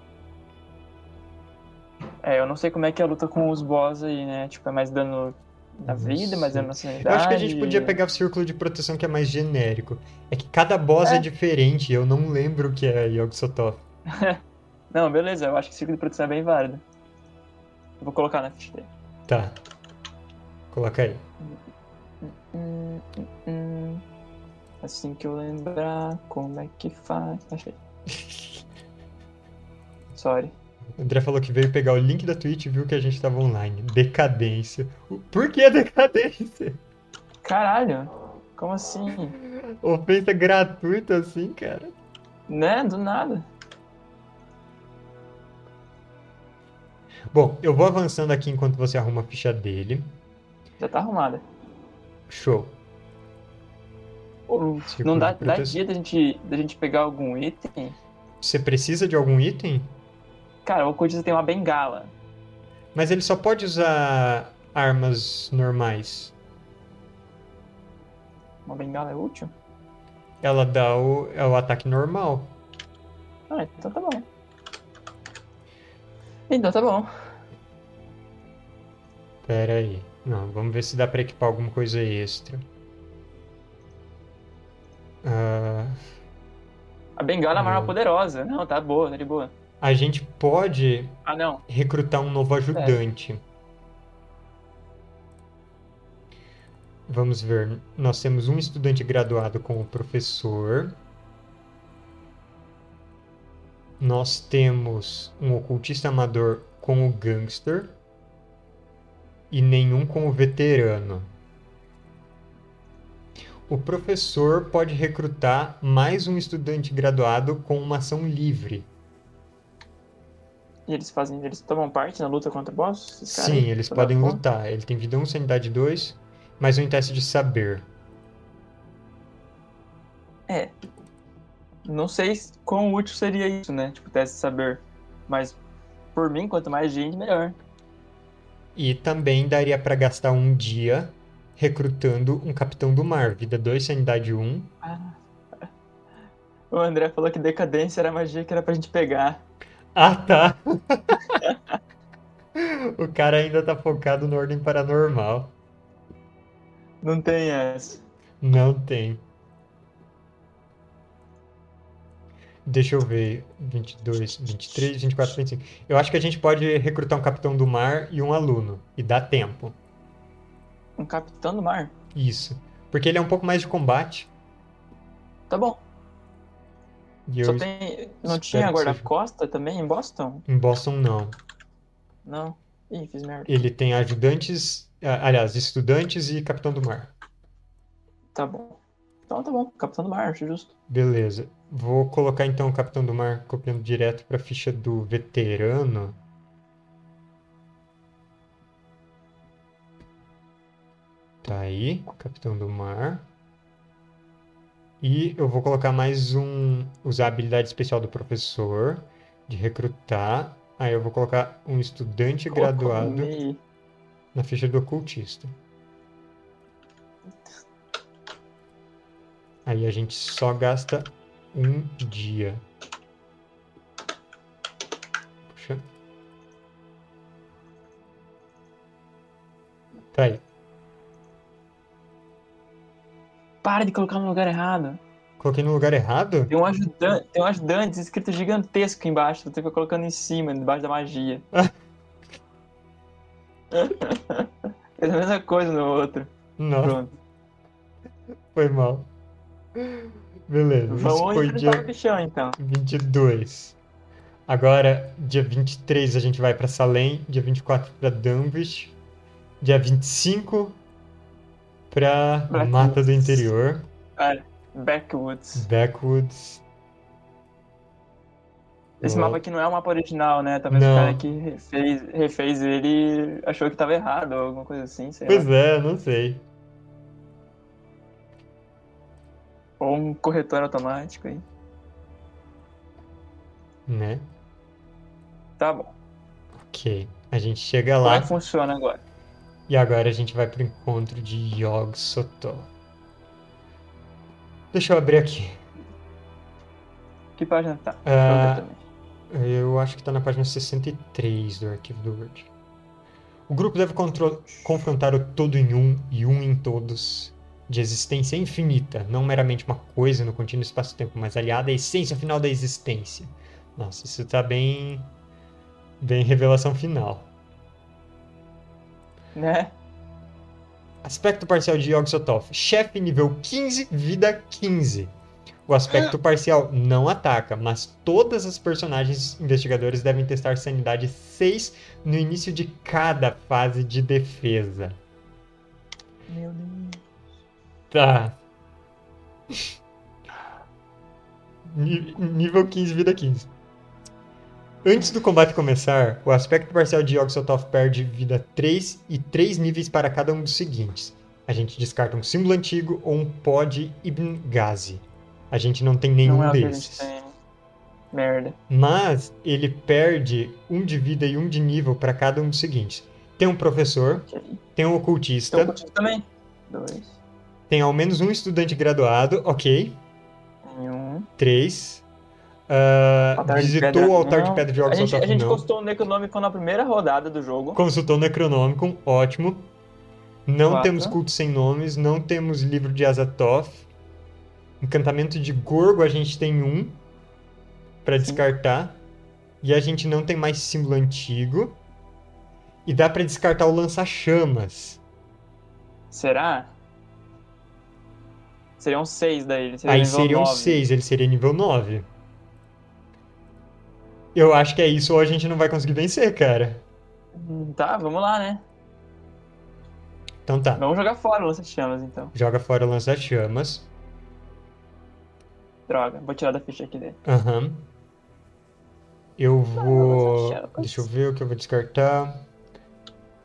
[SPEAKER 2] É, eu não sei como é que é a luta com os boss aí, né? Tipo, é mais dano na
[SPEAKER 1] Não
[SPEAKER 2] vida,
[SPEAKER 1] sei.
[SPEAKER 2] mais dano na sanidade.
[SPEAKER 1] Eu acho que a gente podia pegar o círculo de proteção que é mais genérico. É que cada boss é,
[SPEAKER 2] É.
[SPEAKER 1] diferente, eu não lembro o que é Yogg-Sothoth.
[SPEAKER 2] Não, beleza, eu acho que o círculo de proteção é bem válido. Eu vou colocar na ficha dele.
[SPEAKER 1] Tá. Coloca aí.
[SPEAKER 2] Hum, hum, hum. Assim que eu lembrar, como é que faz? Achei. Sorry.
[SPEAKER 1] O André falou que veio pegar o link da Twitch e viu que a gente tava online. Decadência. Por que decadência?
[SPEAKER 2] Caralho, como assim?
[SPEAKER 1] Ofensa gratuita assim, cara.
[SPEAKER 2] Né? Do nada.
[SPEAKER 1] Bom, eu vou avançando aqui enquanto você arruma a ficha dele.
[SPEAKER 2] Já tá arrumada.
[SPEAKER 1] Show.
[SPEAKER 2] Ô,
[SPEAKER 1] Círculo
[SPEAKER 2] Não dá,
[SPEAKER 1] de
[SPEAKER 2] dá
[SPEAKER 1] proteção.
[SPEAKER 2] dia da gente, da gente pegar algum item?
[SPEAKER 1] Você precisa de algum item?
[SPEAKER 2] Cara, o ocultista tem uma bengala.
[SPEAKER 1] Mas ele só pode usar armas normais.
[SPEAKER 2] Uma bengala é útil?
[SPEAKER 1] Ela dá o, é o ataque normal.
[SPEAKER 2] Ah, então tá bom. Então tá bom.
[SPEAKER 1] Pera aí. Não, vamos ver se dá pra equipar alguma coisa extra. Ah,
[SPEAKER 2] A bengala é uma
[SPEAKER 1] Hum.
[SPEAKER 2] arma poderosa. Não, tá boa, tá de boa.
[SPEAKER 1] a gente pode
[SPEAKER 2] Ah, não.
[SPEAKER 1] recrutar um novo ajudante. Vamos ver. Nós temos um estudante graduado com o professor. Nós temos um ocultista amador com o gangster. E nenhum com o veterano. O professor pode recrutar mais um estudante graduado com uma ação livre.
[SPEAKER 2] E eles fazem, eles tomam parte na luta contra o boss? Esses caras
[SPEAKER 1] Sim,
[SPEAKER 2] aí?
[SPEAKER 1] eles
[SPEAKER 2] Pra
[SPEAKER 1] podem
[SPEAKER 2] dar conta?
[SPEAKER 1] lutar. Ele tem vida 1, sanidade 2, mais um em teste de saber.
[SPEAKER 2] Não sei se- quão útil seria isso, né? Tipo, teste de saber. Mas, por mim, quanto mais gente, melhor.
[SPEAKER 1] E também daria pra gastar um dia recrutando um capitão do mar, vida 2, sanidade 1.
[SPEAKER 2] O André falou que decadência era a magia que era pra gente pegar.
[SPEAKER 1] Ah, tá! o cara ainda tá focado no ordem paranormal.
[SPEAKER 2] Não tem é, essa.
[SPEAKER 1] Não tem. Deixa eu ver. 22, 23, 24, 25. Eu acho que a gente pode recrutar um capitão do mar e um aluno. E dá tempo.
[SPEAKER 2] Um capitão do mar?
[SPEAKER 1] Isso. Porque ele é um pouco mais de combate.
[SPEAKER 2] Tá bom.
[SPEAKER 1] E
[SPEAKER 2] Só
[SPEAKER 1] eu
[SPEAKER 2] tem.
[SPEAKER 1] espero
[SPEAKER 2] Não
[SPEAKER 1] que
[SPEAKER 2] tinha
[SPEAKER 1] seja.
[SPEAKER 2] guarda-costa também em Boston?
[SPEAKER 1] em Boston não.
[SPEAKER 2] Não. Ih, fiz merda.
[SPEAKER 1] Ele tem ajudantes, ah, aliás, estudantes e capitão do mar.
[SPEAKER 2] Tá bom. Então tá bom. Capitão do Mar, acho justo.
[SPEAKER 1] Beleza. Vou colocar então o capitão do mar copiando direto para a ficha do veterano. Tá aí, capitão do mar. E eu vou colocar mais um. Usar a habilidade especial do professor de recrutar. Aí eu vou colocar um estudante graduado
[SPEAKER 2] Meio.
[SPEAKER 1] na ficha do ocultista. Aí a gente só gasta um dia. Puxa. Tá aí.
[SPEAKER 2] Para de colocar no lugar errado.
[SPEAKER 1] Coloquei no lugar errado?
[SPEAKER 2] Tem um ajudante, tem um ajudante escrito gigantesco embaixo. Tu fica colocando em cima, debaixo da magia. Fez a mesma coisa no outro.
[SPEAKER 1] Não,
[SPEAKER 2] Pronto.
[SPEAKER 1] foi mal. Beleza, isso
[SPEAKER 2] Vamos
[SPEAKER 1] foi dia
[SPEAKER 2] enfrentar o bichão, então.
[SPEAKER 1] 22. Agora, dia 23 a gente vai pra Salem, dia 24 pra Danvers, dia 25 pra
[SPEAKER 2] Pra
[SPEAKER 1] Mata do
[SPEAKER 2] Danvers.
[SPEAKER 1] Interior,
[SPEAKER 2] Backwoods.
[SPEAKER 1] Backwoods.
[SPEAKER 2] Esse
[SPEAKER 1] Ó,
[SPEAKER 2] mapa aqui não é um mapa original, né? Talvez
[SPEAKER 1] Não.
[SPEAKER 2] o cara que refez, refez ele achou que tava errado ou alguma coisa assim, sei lá.
[SPEAKER 1] Pois é, não sei.
[SPEAKER 2] Ou um corretor automático aí.
[SPEAKER 1] Né?
[SPEAKER 2] Tá bom.
[SPEAKER 1] Ok. A gente chega
[SPEAKER 2] Como
[SPEAKER 1] lá
[SPEAKER 2] é que funciona agora?
[SPEAKER 1] e agora a gente vai pro encontro de Yog Sothoth. Deixa eu abrir aqui.
[SPEAKER 2] Que página tá?
[SPEAKER 1] Ah,
[SPEAKER 2] Pronto, eu também.
[SPEAKER 1] Eu acho que tá na página 63 do arquivo do Word. O grupo deve contro- confrontar o todo em um e um em todos de existência infinita, não meramente uma coisa no contínuo espaço-tempo, mas aliada à essência final da existência. Nossa, isso tá bem. bem revelação final.
[SPEAKER 2] Né?
[SPEAKER 1] Aspecto parcial de Yog Sothoth. Chefe nível 15, vida 15. O aspecto parcial não ataca, mas todas as personagens investigadores devem testar sanidade 6 no início de cada fase de defesa.
[SPEAKER 2] Meu Deus.
[SPEAKER 1] Tá. Ni- Nível 15, vida 15. Antes do combate começar, o aspecto parcial de Yogg-Sothoth perde vida 3 e 3 níveis para cada um dos seguintes. A gente descarta um símbolo antigo ou um pó de Ibn Ghazi. A gente não tem nenhum
[SPEAKER 2] não é o que a gente
[SPEAKER 1] desses.
[SPEAKER 2] tem. Merda.
[SPEAKER 1] Mas ele perde um de vida e um de nível para cada um dos seguintes. Tem um professor,
[SPEAKER 2] Ok.
[SPEAKER 1] tem um
[SPEAKER 2] Então
[SPEAKER 1] ocultista,
[SPEAKER 2] contigo também. Dois.
[SPEAKER 1] tem ao menos um estudante graduado, ok.
[SPEAKER 2] Tem um.
[SPEAKER 1] 3. Ah,
[SPEAKER 2] Altar de
[SPEAKER 1] visitou
[SPEAKER 2] pedra,
[SPEAKER 1] o altar de
[SPEAKER 2] não.
[SPEAKER 1] pedra de
[SPEAKER 2] A
[SPEAKER 1] Orcs
[SPEAKER 2] gente, a gente
[SPEAKER 1] não.
[SPEAKER 2] postou o Necronômico na primeira rodada do jogo.
[SPEAKER 1] Consultou o Necronomicon, ótimo. Não
[SPEAKER 2] Quatro.
[SPEAKER 1] temos culto sem nomes, não temos livro de Azathoth. Encantamento de Gorgo a gente tem um pra
[SPEAKER 2] Sim.
[SPEAKER 1] descartar. E a gente não tem mais símbolo antigo. E dá pra descartar o lança-chamas.
[SPEAKER 2] Será? Seriam seis daí. Ele seria
[SPEAKER 1] Aí
[SPEAKER 2] nível
[SPEAKER 1] seriam
[SPEAKER 2] nove.
[SPEAKER 1] 6, ele seria nível 9. Eu acho que é isso ou a gente não vai conseguir vencer, cara.
[SPEAKER 2] Hum, Tá, vamos lá, né?
[SPEAKER 1] Então tá.
[SPEAKER 2] Vamos jogar fora o lança-chamas, então.
[SPEAKER 1] Joga fora o lança-chamas.
[SPEAKER 2] Droga, vou tirar da ficha aqui dele.
[SPEAKER 1] Aham. Eu vou.
[SPEAKER 2] lança-chamas.
[SPEAKER 1] Deixa eu ver o que eu vou descartar.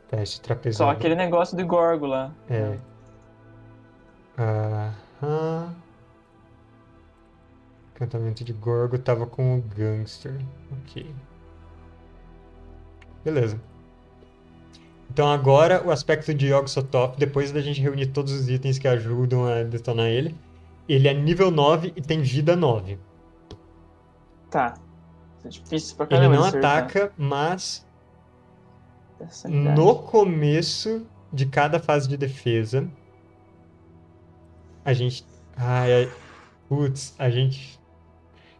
[SPEAKER 1] Tá, esse trapezão.
[SPEAKER 2] Só aquele negócio do Gorgo lá.
[SPEAKER 1] É. Aham. Encantamento de Gorgo tava com o Gangster. Ok. Beleza. Então agora o aspecto de Yogg Sothoth, depois da gente reunir todos os itens que ajudam a detonar ele, ele é nível 9 e tem vida 9.
[SPEAKER 2] Tá. Isso é difícil pra
[SPEAKER 1] Ele
[SPEAKER 2] caramba.
[SPEAKER 1] não
[SPEAKER 2] de né? acertar.
[SPEAKER 1] ataca, mas
[SPEAKER 2] Essa sanidade.
[SPEAKER 1] no começo de cada fase de defesa, a gente. Ai, ai. Putz, a gente.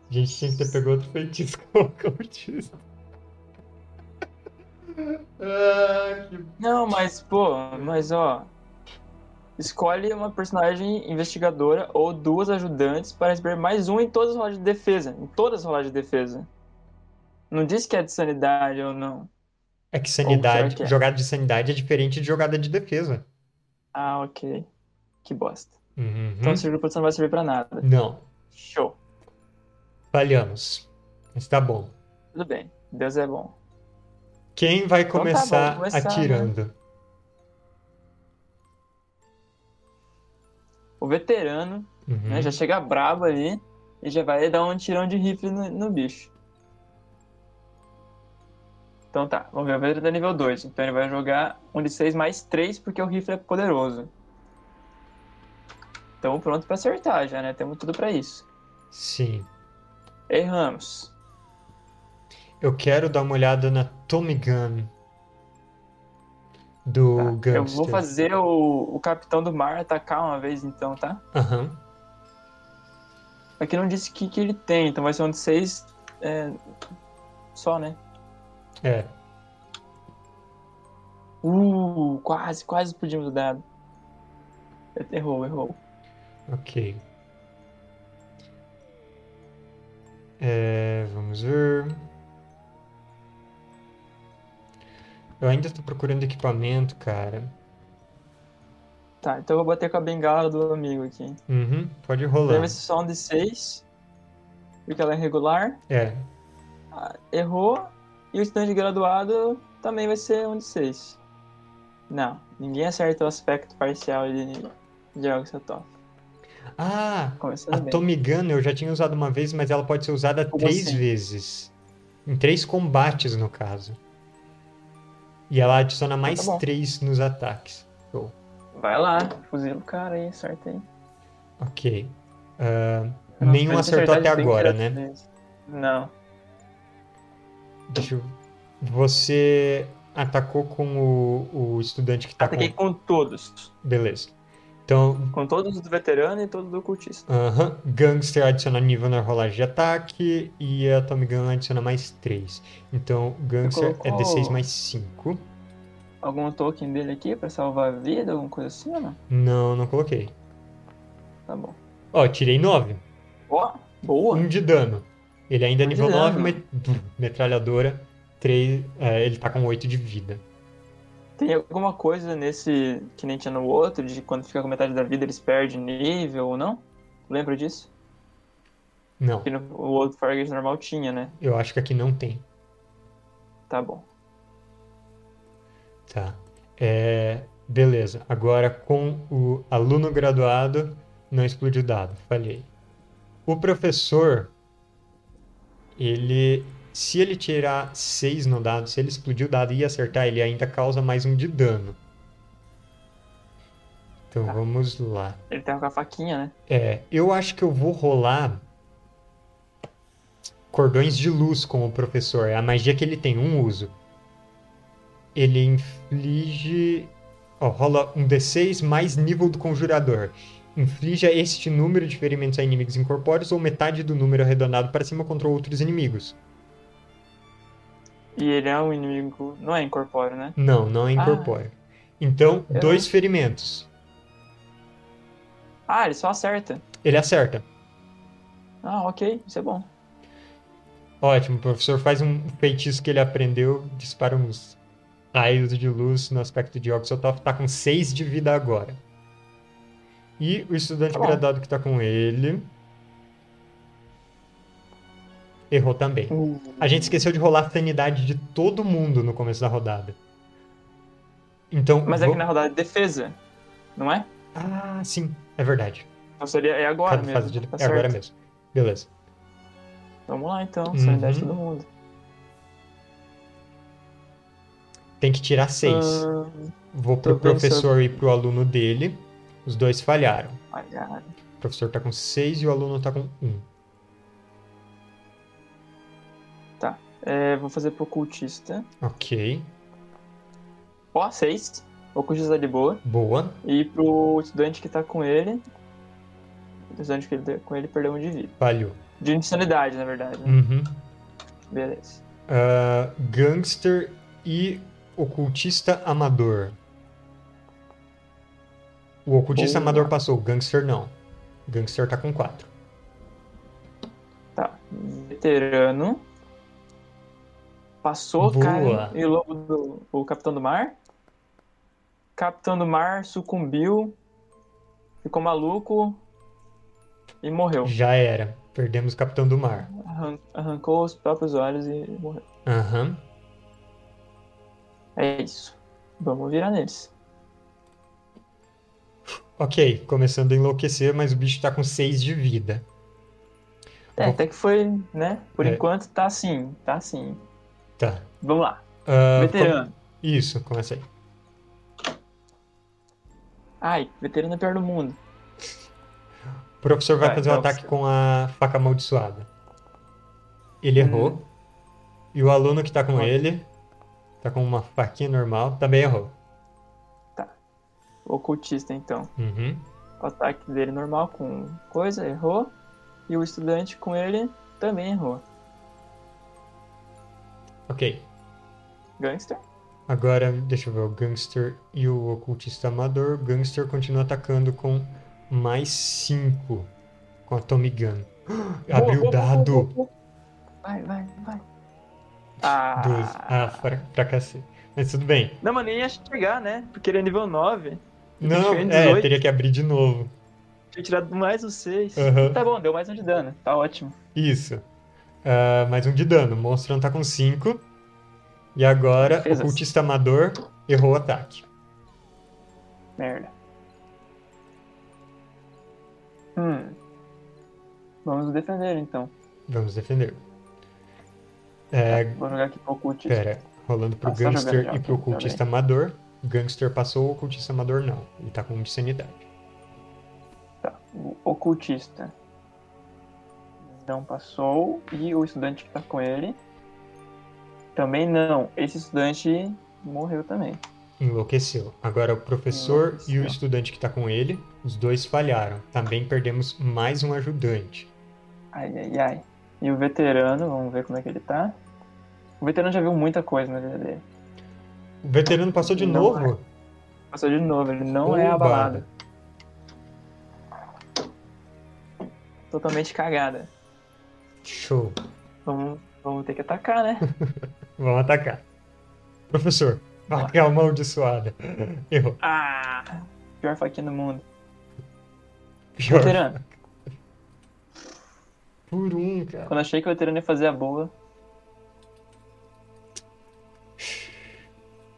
[SPEAKER 1] A gente tinha que ter pegado outro feitiço com o cultista. Ah, que
[SPEAKER 2] Não, mas, pô, mas ó. Escolhe uma personagem investigadora ou duas ajudantes para receber mais um em todas as rolas de defesa. Em todas as rolas de defesa. Não diz que é de sanidade ou não.
[SPEAKER 1] É É que sanidade,
[SPEAKER 2] que é?
[SPEAKER 1] jogada de sanidade é diferente de jogada de defesa.
[SPEAKER 2] Ah, ok. Que bosta.
[SPEAKER 1] Uhum.
[SPEAKER 2] Então esse grupo não vai servir pra nada.
[SPEAKER 1] Não,
[SPEAKER 2] Show.
[SPEAKER 1] falhamos. Mas tá bom.
[SPEAKER 2] Tudo bem. Deus é bom.
[SPEAKER 1] Quem vai
[SPEAKER 2] tá,
[SPEAKER 1] começar
[SPEAKER 2] vamos começar, né?
[SPEAKER 1] atirando?
[SPEAKER 2] O veterano,
[SPEAKER 1] Uhum.
[SPEAKER 2] né? Já chega brabo ali e já vai dar um tirão de rifle no, no bicho. Então tá, vamos ver. O veterano é nível 2. Então ele vai jogar um de 6 mais 3, porque o rifle é poderoso. Então pronto pra acertar já, né? Temos tudo pra isso.
[SPEAKER 1] Sim.
[SPEAKER 2] Erramos.
[SPEAKER 1] Eu quero dar uma olhada na Tommy Gun do
[SPEAKER 2] Tá,
[SPEAKER 1] Gangster.
[SPEAKER 2] Eu vou fazer o, o capitão do mar atacar uma vez, então, tá?
[SPEAKER 1] Aham.
[SPEAKER 2] Aqui não disse o que, que ele tem, então vai ser um de seis é, só, né?
[SPEAKER 1] É.
[SPEAKER 2] Uh, quase, quase podíamos dar. Errou, errou.
[SPEAKER 1] Ok. É, vamos ver. Eu ainda tô procurando equipamento, cara.
[SPEAKER 2] Tá, então eu vou bater com a bengala do amigo aqui.
[SPEAKER 1] Uhum, pode ir
[SPEAKER 2] Deve
[SPEAKER 1] rolando.
[SPEAKER 2] ser só um de seis, porque ela é regular.
[SPEAKER 1] É,
[SPEAKER 2] Errou. E o estudante graduado também vai ser um de seis. Não, ninguém acerta o aspecto parcial de, de algo Satov.
[SPEAKER 1] Ah, a
[SPEAKER 2] Tá Começando bem.
[SPEAKER 1] Tommy Gun eu já tinha usado uma vez, mas ela pode ser usada
[SPEAKER 2] Como
[SPEAKER 1] três
[SPEAKER 2] assim?
[SPEAKER 1] vezes. Em três combates, no caso. E ela adiciona mais
[SPEAKER 2] Ah, tá bom.
[SPEAKER 1] três nos ataques.
[SPEAKER 2] Vai lá, fuzila o cara aí, acerta aí.
[SPEAKER 1] Ok. Ah, nenhum acertou até
[SPEAKER 2] é
[SPEAKER 1] agora, né?
[SPEAKER 2] assim, Não.
[SPEAKER 1] Deixa eu... Você atacou com o, o estudante que tá
[SPEAKER 2] Ataquei
[SPEAKER 1] com...
[SPEAKER 2] com todos.
[SPEAKER 1] Beleza. Então,
[SPEAKER 2] Com todos do veterano e todo do cultista.
[SPEAKER 1] aham, Gangster adiciona nível na rolagem de ataque e a Tommy Gun adiciona mais 3. Então, Gangster é
[SPEAKER 2] colocou-
[SPEAKER 1] D6 mais 5.
[SPEAKER 2] Algum token dele aqui pra salvar a vida, alguma coisa assim ou não?
[SPEAKER 1] Não, não coloquei.
[SPEAKER 2] Tá bom.
[SPEAKER 1] Ó, tirei 9.
[SPEAKER 2] Ó, boa.
[SPEAKER 1] 1 de dano. Ele ainda é
[SPEAKER 2] Um de
[SPEAKER 1] nível 9,
[SPEAKER 2] dano.
[SPEAKER 1] mas bum, metralhadora. 3, ele tá com 8 de vida.
[SPEAKER 2] Tem alguma coisa nesse que nem tinha no outro, de quando fica com metade da vida eles perdem nível ou não? Lembra disso?
[SPEAKER 1] Não,
[SPEAKER 2] Que no o outro Fargate normal tinha, né?
[SPEAKER 1] eu acho que aqui não tem.
[SPEAKER 2] Tá bom.
[SPEAKER 1] Tá. É, beleza. Agora com o aluno graduado, não explodiu dado. Falhei. O professor, ele. Se ele tirar 6 no dado, se ele explodir o dado e acertar, ele ainda causa mais um de dano. Então
[SPEAKER 2] Tá.
[SPEAKER 1] vamos lá.
[SPEAKER 2] Ele tá com a faquinha, né?
[SPEAKER 1] É, eu acho que eu vou rolar cordões de luz com o professor. É a magia que ele tem, um uso. Ele inflige. Ó, rola um D6 mais nível do conjurador. Inflija este número de ferimentos a inimigos incorpóreos ou metade do número arredondado para cima contra outros inimigos.
[SPEAKER 2] E ele é um inimigo. Não é incorpóreo, né?
[SPEAKER 1] Não, não é incorpóreo. Então,
[SPEAKER 2] Eu-
[SPEAKER 1] dois ferimentos.
[SPEAKER 2] Ah, ele só acerta.
[SPEAKER 1] Ele acerta.
[SPEAKER 2] Ah, ok, isso é bom.
[SPEAKER 1] Ótimo, o professor faz um feitiço que ele aprendeu, dispara uns raios de luz no aspecto de Oxotov, tá com 6 de vida agora. E o estudante
[SPEAKER 2] Tá bom.
[SPEAKER 1] graduado que tá com ele. Errou também. A gente esqueceu de rolar a sanidade de todo mundo no começo da rodada. Então.
[SPEAKER 2] Mas é
[SPEAKER 1] vou-
[SPEAKER 2] que na rodada de defesa, não é?
[SPEAKER 1] Ah, sim, é verdade.
[SPEAKER 2] Então seria é agora
[SPEAKER 1] Cada
[SPEAKER 2] mesmo.
[SPEAKER 1] fase de-
[SPEAKER 2] tá
[SPEAKER 1] É agora
[SPEAKER 2] certo.
[SPEAKER 1] mesmo. Beleza.
[SPEAKER 2] Vamos lá então,
[SPEAKER 1] Uhum.
[SPEAKER 2] sanidade de todo mundo.
[SPEAKER 1] Tem que tirar 6.
[SPEAKER 2] Ah,
[SPEAKER 1] Vou pro
[SPEAKER 2] Tô pensando.
[SPEAKER 1] professor e pro aluno dele. Os dois falharam.
[SPEAKER 2] Ah, ai, cara.
[SPEAKER 1] O professor tá com 6 e o aluno tá com 1.
[SPEAKER 2] É, vou fazer pro cultista.
[SPEAKER 1] Ok.
[SPEAKER 2] Ó, seis. O cultista tá de boa.
[SPEAKER 1] Boa.
[SPEAKER 2] E pro estudante que tá com ele. O estudante que tá com ele perdeu um de vida.
[SPEAKER 1] Falhou.
[SPEAKER 2] De insanidade, na verdade. né?
[SPEAKER 1] Uhum.
[SPEAKER 2] Beleza.
[SPEAKER 1] Ah, gangster e ocultista amador. O ocultista
[SPEAKER 2] Boa.
[SPEAKER 1] amador passou, o gangster não. O gangster tá com 4.
[SPEAKER 2] Tá. Veterano. Passou,
[SPEAKER 1] Boa.
[SPEAKER 2] cara, e o lobo do. O Capitão do Mar. Capitão do Mar sucumbiu, ficou maluco e morreu.
[SPEAKER 1] Já era. Perdemos o Capitão do Mar.
[SPEAKER 2] Arran- Arrancou os próprios olhos e morreu.
[SPEAKER 1] Aham.
[SPEAKER 2] É isso. Vamos virar neles.
[SPEAKER 1] Ok, começando a enlouquecer, mas o bicho tá com 6 de vida.
[SPEAKER 2] É,
[SPEAKER 1] Bom.
[SPEAKER 2] até que foi, né? Por
[SPEAKER 1] É.
[SPEAKER 2] enquanto tá assim, tá assim.
[SPEAKER 1] Tá.
[SPEAKER 2] Vamos lá.
[SPEAKER 1] Ah,
[SPEAKER 2] veterano.
[SPEAKER 1] com- Isso, começa aí.
[SPEAKER 2] Ai, veterano é pior do mundo.
[SPEAKER 1] O professor vai
[SPEAKER 2] Vai,
[SPEAKER 1] fazer o
[SPEAKER 2] então
[SPEAKER 1] ataque
[SPEAKER 2] você-
[SPEAKER 1] com a faca amaldiçoada. Ele
[SPEAKER 2] Uhum.
[SPEAKER 1] errou. E o aluno que tá com
[SPEAKER 2] Ó.
[SPEAKER 1] ele, tá com uma faquinha normal, também errou.
[SPEAKER 2] O ocultista, então.
[SPEAKER 1] Uhum.
[SPEAKER 2] O ataque dele normal com coisa, errou. E o estudante com ele também errou.
[SPEAKER 1] Ok.
[SPEAKER 2] Gangster?
[SPEAKER 1] Agora, deixa eu ver o gangster e o ocultista amador. O gangster continua atacando com mais 5 com a Tommy Gun. Abriu o
[SPEAKER 2] Boa, boa, boa,
[SPEAKER 1] dado.
[SPEAKER 2] boa, boa. Vai, vai, vai. Ah,
[SPEAKER 1] Dois. Ah, fra- fracassei. Mas tudo bem.
[SPEAKER 2] Não, mano, nem ia chegar, né? Porque ele é nível 9.
[SPEAKER 1] Não,
[SPEAKER 2] fez
[SPEAKER 1] é,
[SPEAKER 2] 18.
[SPEAKER 1] teria que abrir de novo.
[SPEAKER 2] Tinha tirado mais um 6.
[SPEAKER 1] Aham.
[SPEAKER 2] Tá bom, deu mais um de dano. Tá ótimo.
[SPEAKER 1] Isso. Ah, mais um de dano. O monstro não tá com 5. E agora, o
[SPEAKER 2] Defesas.
[SPEAKER 1] cultista amador errou o ataque.
[SPEAKER 2] Merda. Hum. Vamos defender, então.
[SPEAKER 1] Vamos defender. É,
[SPEAKER 2] Vou jogar aqui pro ocultista.
[SPEAKER 1] pera, rolando pro
[SPEAKER 2] Ah, só
[SPEAKER 1] gangster
[SPEAKER 2] jogando já,
[SPEAKER 1] e pro
[SPEAKER 2] tá bem.
[SPEAKER 1] cultista amador. Gangster passou, o cultista amador não. Ele tá com um de sanidade.
[SPEAKER 2] Tá, o ocultista não passou e o estudante que tá com ele também não. Esse estudante morreu também.
[SPEAKER 1] Enlouqueceu. Agora o professor e o
[SPEAKER 2] Enlouqueceu.
[SPEAKER 1] estudante que tá com ele, os dois falharam. Também perdemos mais um ajudante.
[SPEAKER 2] Ai, ai, ai. E o veterano, vamos ver como é que ele tá. O veterano já viu muita coisa na vida dele.
[SPEAKER 1] O veterano passou de
[SPEAKER 2] Não
[SPEAKER 1] novo.
[SPEAKER 2] Passou de novo, ele não é
[SPEAKER 1] Oba.
[SPEAKER 2] abalado. Totalmente cagada.
[SPEAKER 1] Show.
[SPEAKER 2] Vamos, vamos ter que atacar, né?
[SPEAKER 1] Vamos atacar. Professor, faca amaldiçoada. Errou.
[SPEAKER 2] Ah! Pior faquinha do mundo.
[SPEAKER 1] Pior.
[SPEAKER 2] Veterano.
[SPEAKER 1] Por um, cara.
[SPEAKER 2] Quando eu achei que o veterano ia fazer a boa,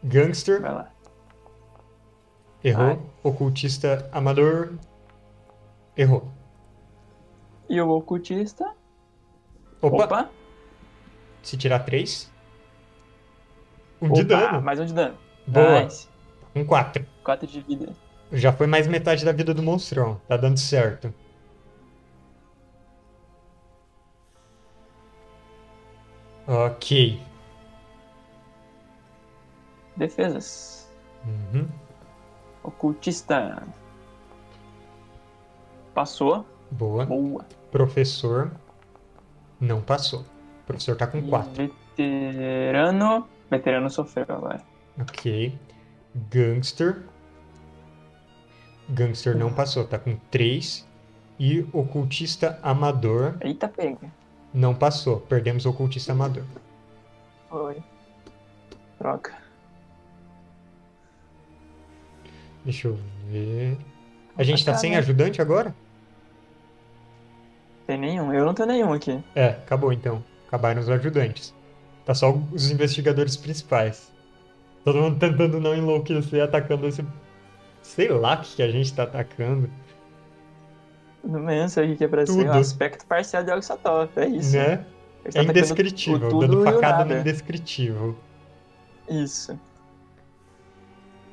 [SPEAKER 1] Gangster,
[SPEAKER 2] vai lá.
[SPEAKER 1] errou.
[SPEAKER 2] Vai.
[SPEAKER 1] Ocultista amador, errou.
[SPEAKER 2] E o ocultista.
[SPEAKER 1] Opa,
[SPEAKER 2] Opa.
[SPEAKER 1] se tirar três. Um
[SPEAKER 2] Opa,
[SPEAKER 1] de dano.
[SPEAKER 2] Mais um de dano.
[SPEAKER 1] Boa.
[SPEAKER 2] Nice.
[SPEAKER 1] Um quatro.
[SPEAKER 2] 4 de vida.
[SPEAKER 1] Já foi mais metade da vida do monstrão. Tá dando certo. Ok.
[SPEAKER 2] Defesas.
[SPEAKER 1] Uhum.
[SPEAKER 2] Ocultista. Passou.
[SPEAKER 1] Boa.
[SPEAKER 2] Boa.
[SPEAKER 1] Professor não passou. O professor tá com
[SPEAKER 2] E
[SPEAKER 1] 4.
[SPEAKER 2] Veterano. Veterano sofreu agora.
[SPEAKER 1] Ok. Gangster. Gangster não passou, tá com 3. E ocultista amador
[SPEAKER 2] Eita, pega.
[SPEAKER 1] não passou. Perdemos o ocultista amador.
[SPEAKER 2] Oi. Troca.
[SPEAKER 1] Deixa eu ver. A gente tá
[SPEAKER 2] Tá
[SPEAKER 1] sem
[SPEAKER 2] bem.
[SPEAKER 1] ajudante agora?
[SPEAKER 2] Tem nenhum. Eu não tenho nenhum aqui.
[SPEAKER 1] É, acabou então. Acabaram os ajudantes. Tá só os investigadores principais. Todo mundo tentando não enlouquecer, atacando esse. Sei lá o que que a gente tá atacando.
[SPEAKER 2] Não me lembro o que é pra
[SPEAKER 1] Tudo.
[SPEAKER 2] ser. É um aspecto parcial de Alexatop. É isso.
[SPEAKER 1] Né?
[SPEAKER 2] Eles
[SPEAKER 1] É
[SPEAKER 2] tão atacando
[SPEAKER 1] indescritível.
[SPEAKER 2] o
[SPEAKER 1] Dando
[SPEAKER 2] tudo e o
[SPEAKER 1] facada no
[SPEAKER 2] nada.
[SPEAKER 1] indescritível.
[SPEAKER 2] Isso.